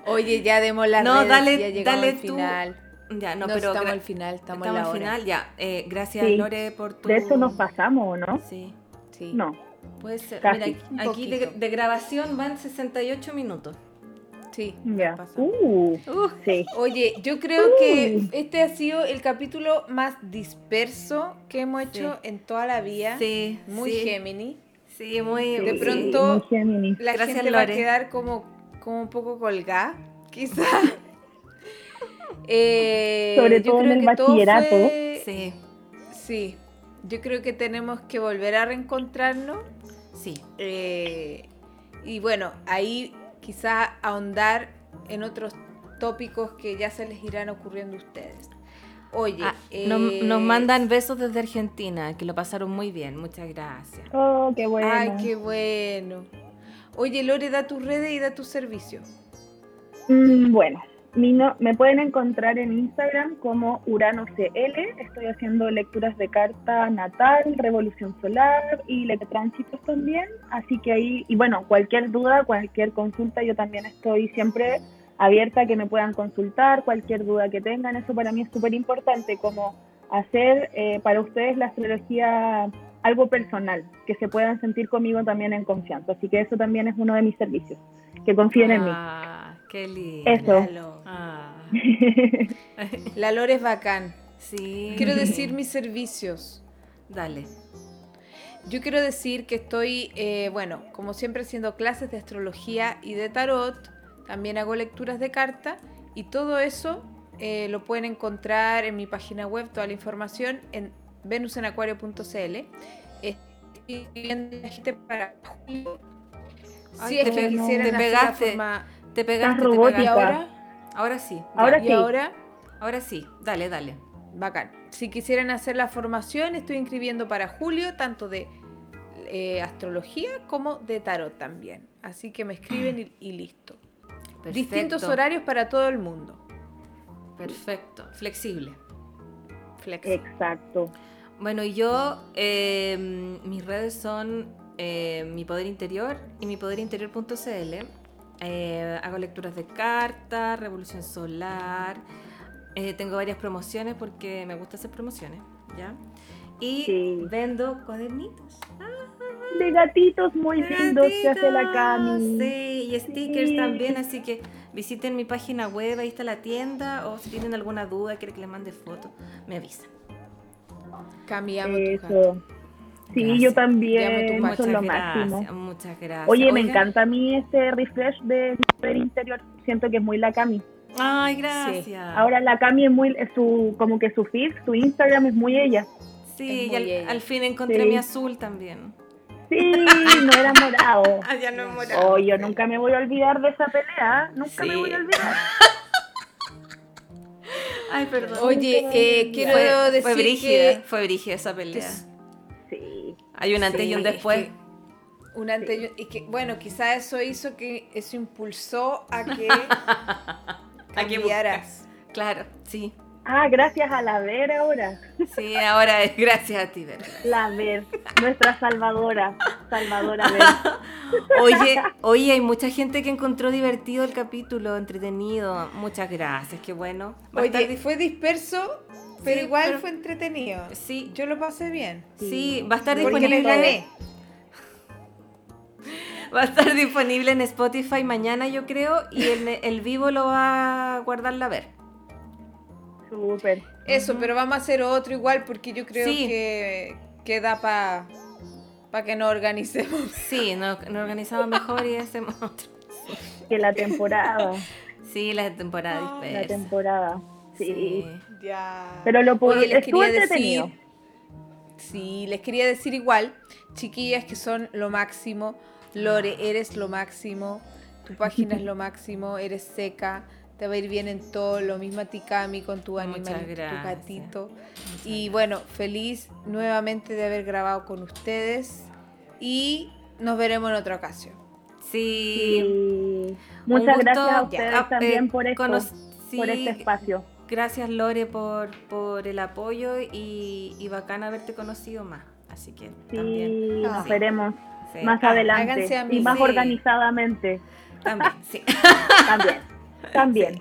Speaker 1: Oye, ya demos las
Speaker 2: No,
Speaker 1: redes,
Speaker 2: dale-
Speaker 1: ya llegamos
Speaker 2: dale
Speaker 1: al
Speaker 2: tú.
Speaker 1: final.
Speaker 2: Ya, no,
Speaker 1: No,
Speaker 2: pero
Speaker 1: estamos
Speaker 2: gra-
Speaker 1: al final, estamos,
Speaker 2: estamos
Speaker 1: en la
Speaker 2: al
Speaker 1: hora.
Speaker 2: final, ya. Eh, gracias,
Speaker 3: Sí.
Speaker 2: Lore, por tu.
Speaker 3: De eso nos pasamos, ¿o ¿no?
Speaker 2: Sí,
Speaker 1: Sí.
Speaker 3: No.
Speaker 2: puede ser.
Speaker 3: Casi.
Speaker 2: Mira, aquí-
Speaker 1: Un
Speaker 2: aquí de,
Speaker 1: poquito.
Speaker 2: de grabación van 68 minutos.
Speaker 1: Sí,
Speaker 3: Ya.
Speaker 1: nos pasamos.
Speaker 3: Uh, sí.
Speaker 1: Oye, yo creo que este ha sido el capítulo más disperso que hemos hecho en toda la vida.
Speaker 2: Sí,
Speaker 1: Muy
Speaker 2: sí.
Speaker 1: Gemini.
Speaker 2: Sí, muy.
Speaker 1: De
Speaker 3: sí,
Speaker 1: pronto-
Speaker 3: muy Géminis.
Speaker 1: La
Speaker 2: Gracias,
Speaker 1: gente va a
Speaker 2: Lore.
Speaker 1: quedar como, como un poco colgada, quizás. Eh,
Speaker 3: Sobre
Speaker 1: yo
Speaker 3: todo en
Speaker 1: creo
Speaker 3: el
Speaker 1: que todo
Speaker 3: bachillerato.
Speaker 1: fue-
Speaker 2: Sí,
Speaker 1: Sí, yo creo que tenemos que volver a reencontrarnos.
Speaker 2: sí.
Speaker 1: Eh, y bueno, ahí quizás ahondar en otros tópicos que ya se les irán ocurriendo a ustedes. Oye,
Speaker 2: Ah,
Speaker 1: eh,
Speaker 2: nos, nos mandan besos desde Argentina, que lo pasaron muy bien. Muchas gracias.
Speaker 3: Oh, qué bueno.
Speaker 1: Ay, qué bueno. Oye, Lore, da tus redes y da tus servicios.
Speaker 3: Mm, bueno, mi no- me pueden encontrar en Instagram como UranoCL. Estoy haciendo lecturas de carta natal, revolución solar y letránsitos también. Así que ahí, y bueno, cualquier duda, cualquier consulta, yo también estoy siempre abierta a que me puedan consultar, cualquier duda que tengan. Eso para mí es súper importante, como hacer eh, para ustedes la astrología algo personal, que se puedan sentir conmigo también en confianza. Así que eso también es uno de mis servicios, que confíen en mí.
Speaker 2: Ah, qué lindo.
Speaker 3: Eso.
Speaker 1: La Lore.
Speaker 2: Ah,
Speaker 1: La Lore es bacán.
Speaker 2: sí.
Speaker 1: Quiero decir mis servicios.
Speaker 2: Dale.
Speaker 1: Yo quiero decir que estoy, eh, bueno, como siempre haciendo clases de astrología y de tarot, también hago lecturas de carta y todo eso eh, lo pueden encontrar en mi página web, toda la información en venusenacuario.cl. Eh, Estoy viendo la gente para julio.
Speaker 2: Ay,
Speaker 1: Si es
Speaker 2: te
Speaker 1: que
Speaker 3: pe-
Speaker 1: quisieran
Speaker 2: te
Speaker 1: hacer la
Speaker 2: pegaste.
Speaker 1: forma-
Speaker 2: Te pegaste, te
Speaker 3: robótica.
Speaker 1: y
Speaker 2: pegaste.
Speaker 1: ahora,
Speaker 2: Ahora sí.
Speaker 3: Ahora
Speaker 2: ya.
Speaker 1: y
Speaker 3: sí.
Speaker 1: ahora
Speaker 2: Ahora sí. Dale, dale.
Speaker 1: Bacán. Si quisieran hacer la formación, estoy inscribiendo para julio, tanto de eh, astrología como de tarot también. Así que me escriben y, y listo.
Speaker 2: Perfecto.
Speaker 1: Distintos horarios para todo el mundo.
Speaker 2: Perfecto, flexible.
Speaker 1: Flex.
Speaker 3: Eh, Exacto.
Speaker 2: Bueno, y yo, eh, mis redes son eh, Mi Poder Interior y mipoderinterior.cl. Eh, hago lecturas de cartas, revolución solar. eh, tengo varias promociones porque me gusta hacer promociones, ¿ya? Y
Speaker 3: Sí.
Speaker 2: vendo cuadernitos. Ah,
Speaker 3: De gatitos muy lindos que hace la Cami.
Speaker 2: Gatitos, Sí, y stickers
Speaker 3: Sí.
Speaker 2: también, así que visiten mi página web, ahí está la tienda, o si tienen alguna duda, quieren que les mande fotos, me avisan.
Speaker 1: Cambiamos tu gato.
Speaker 3: Eso. Sí,
Speaker 2: Gracias.
Speaker 3: yo
Speaker 1: Te amo tu
Speaker 3: también,
Speaker 1: macho,
Speaker 2: Muchas
Speaker 3: son lo
Speaker 2: gracias,
Speaker 3: máximo.
Speaker 2: muchas gracias.
Speaker 3: Oye, me
Speaker 2: Oigan,
Speaker 3: encanta a mí este refresh de mi poder interior. Siento que es muy la Cami.
Speaker 2: Ay, gracias.
Speaker 3: Ahora la Cami es muy, es su, como que su feed, su Instagram es muy ella.
Speaker 2: sí,
Speaker 1: Es
Speaker 2: y
Speaker 1: muy
Speaker 2: al,
Speaker 1: ella.
Speaker 2: al fin encontré
Speaker 3: Sí. Oh,
Speaker 2: mi azul también.
Speaker 3: Sí, no era morado.
Speaker 2: Ah, ya no
Speaker 1: hemos
Speaker 3: Oh, yo nunca me voy a olvidar de esa pelea. ¿ah? Nunca me
Speaker 2: Sí.
Speaker 3: voy a olvidar.
Speaker 2: Ay, perdón.
Speaker 1: Oye, eh, quiero
Speaker 2: fue,
Speaker 1: decir
Speaker 2: fue brígida,
Speaker 1: que
Speaker 2: fue brígida esa pelea.
Speaker 1: Es-
Speaker 3: Sí.
Speaker 2: Hay un antes
Speaker 1: Sí,
Speaker 2: y un
Speaker 1: es que
Speaker 2: después.
Speaker 1: un antes y un- y que, bueno, quizá eso hizo que eso impulsó a que
Speaker 2: A que
Speaker 1: cambiaras.
Speaker 2: Claro, sí.
Speaker 3: Ah, gracias a la Ver ahora.
Speaker 2: Sí, ahora es gracias a ti, Ver.
Speaker 3: La Ver, nuestra salvadora. Salvadora Ver.
Speaker 2: Oye, oye, hay mucha gente que encontró divertido el capítulo, entretenido. Muchas gracias, qué bueno. Va a estar
Speaker 1: Oye,
Speaker 2: dif-
Speaker 1: fue disperso, pero
Speaker 2: Sí,
Speaker 1: igual
Speaker 2: pero-
Speaker 1: fue entretenido.
Speaker 2: Sí.
Speaker 1: Yo lo pasé bien.
Speaker 2: sí, va a estar
Speaker 1: Porque
Speaker 2: disponible.
Speaker 1: les gané.
Speaker 2: Va a estar disponible en Spotify mañana, yo creo, y el, el vivo lo va a guardar la ver.
Speaker 3: Súper.
Speaker 1: Eso, pero vamos a hacer otro igual porque yo creo
Speaker 2: Sí.
Speaker 1: que queda para que no organicemos.
Speaker 2: Sí, nos, nos organizamos mejor y hacemos otro.
Speaker 3: Que la temporada.
Speaker 2: Sí, la temporada
Speaker 1: Ah,
Speaker 3: la
Speaker 2: dispersa.
Speaker 3: temporada. Sí.
Speaker 1: Ya.
Speaker 3: Pero lo puedo
Speaker 1: Oye, les
Speaker 3: estuvo
Speaker 1: quería decir.
Speaker 3: entretenido.
Speaker 1: Sí, les quería decir igual, chiquillas que son lo máximo. Lore,
Speaker 2: Ah.
Speaker 1: eres lo máximo. Tu página es lo máximo. Eres seca. Te va a ir bien en todo. Lo mismo a ti, Cami, con tu
Speaker 2: Muchas
Speaker 1: animal, tu
Speaker 2: gracias.
Speaker 1: gatito. Y bueno, feliz nuevamente de haber grabado con ustedes. Y nos veremos en otra ocasión.
Speaker 2: Sí.
Speaker 3: Sí.
Speaker 2: un
Speaker 3: Muchas
Speaker 2: gusto,
Speaker 3: gracias a
Speaker 2: ya,
Speaker 3: ustedes
Speaker 2: ah,
Speaker 3: también
Speaker 2: eh,
Speaker 3: por esto,
Speaker 2: conoc- sí,
Speaker 3: por este espacio.
Speaker 2: Gracias Lore por, por el apoyo y, y bacán haberte conocido más. Así que
Speaker 3: Sí,
Speaker 2: también.
Speaker 3: nos
Speaker 1: Sí.
Speaker 3: veremos
Speaker 2: sí.
Speaker 3: más
Speaker 2: Ah,
Speaker 3: adelante
Speaker 1: háganse
Speaker 3: y
Speaker 1: amigos.
Speaker 3: más
Speaker 2: Sí.
Speaker 3: organizadamente.
Speaker 2: También, sí.
Speaker 3: También, también.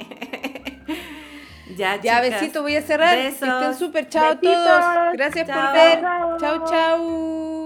Speaker 2: ya,
Speaker 1: Ya,
Speaker 2: chicas.
Speaker 1: besito, voy a cerrar. Que
Speaker 2: Besos.
Speaker 1: Estén súper, chao a
Speaker 3: Besitos.
Speaker 1: todos. Gracias
Speaker 2: Chao.
Speaker 1: por ver. Chao, chao.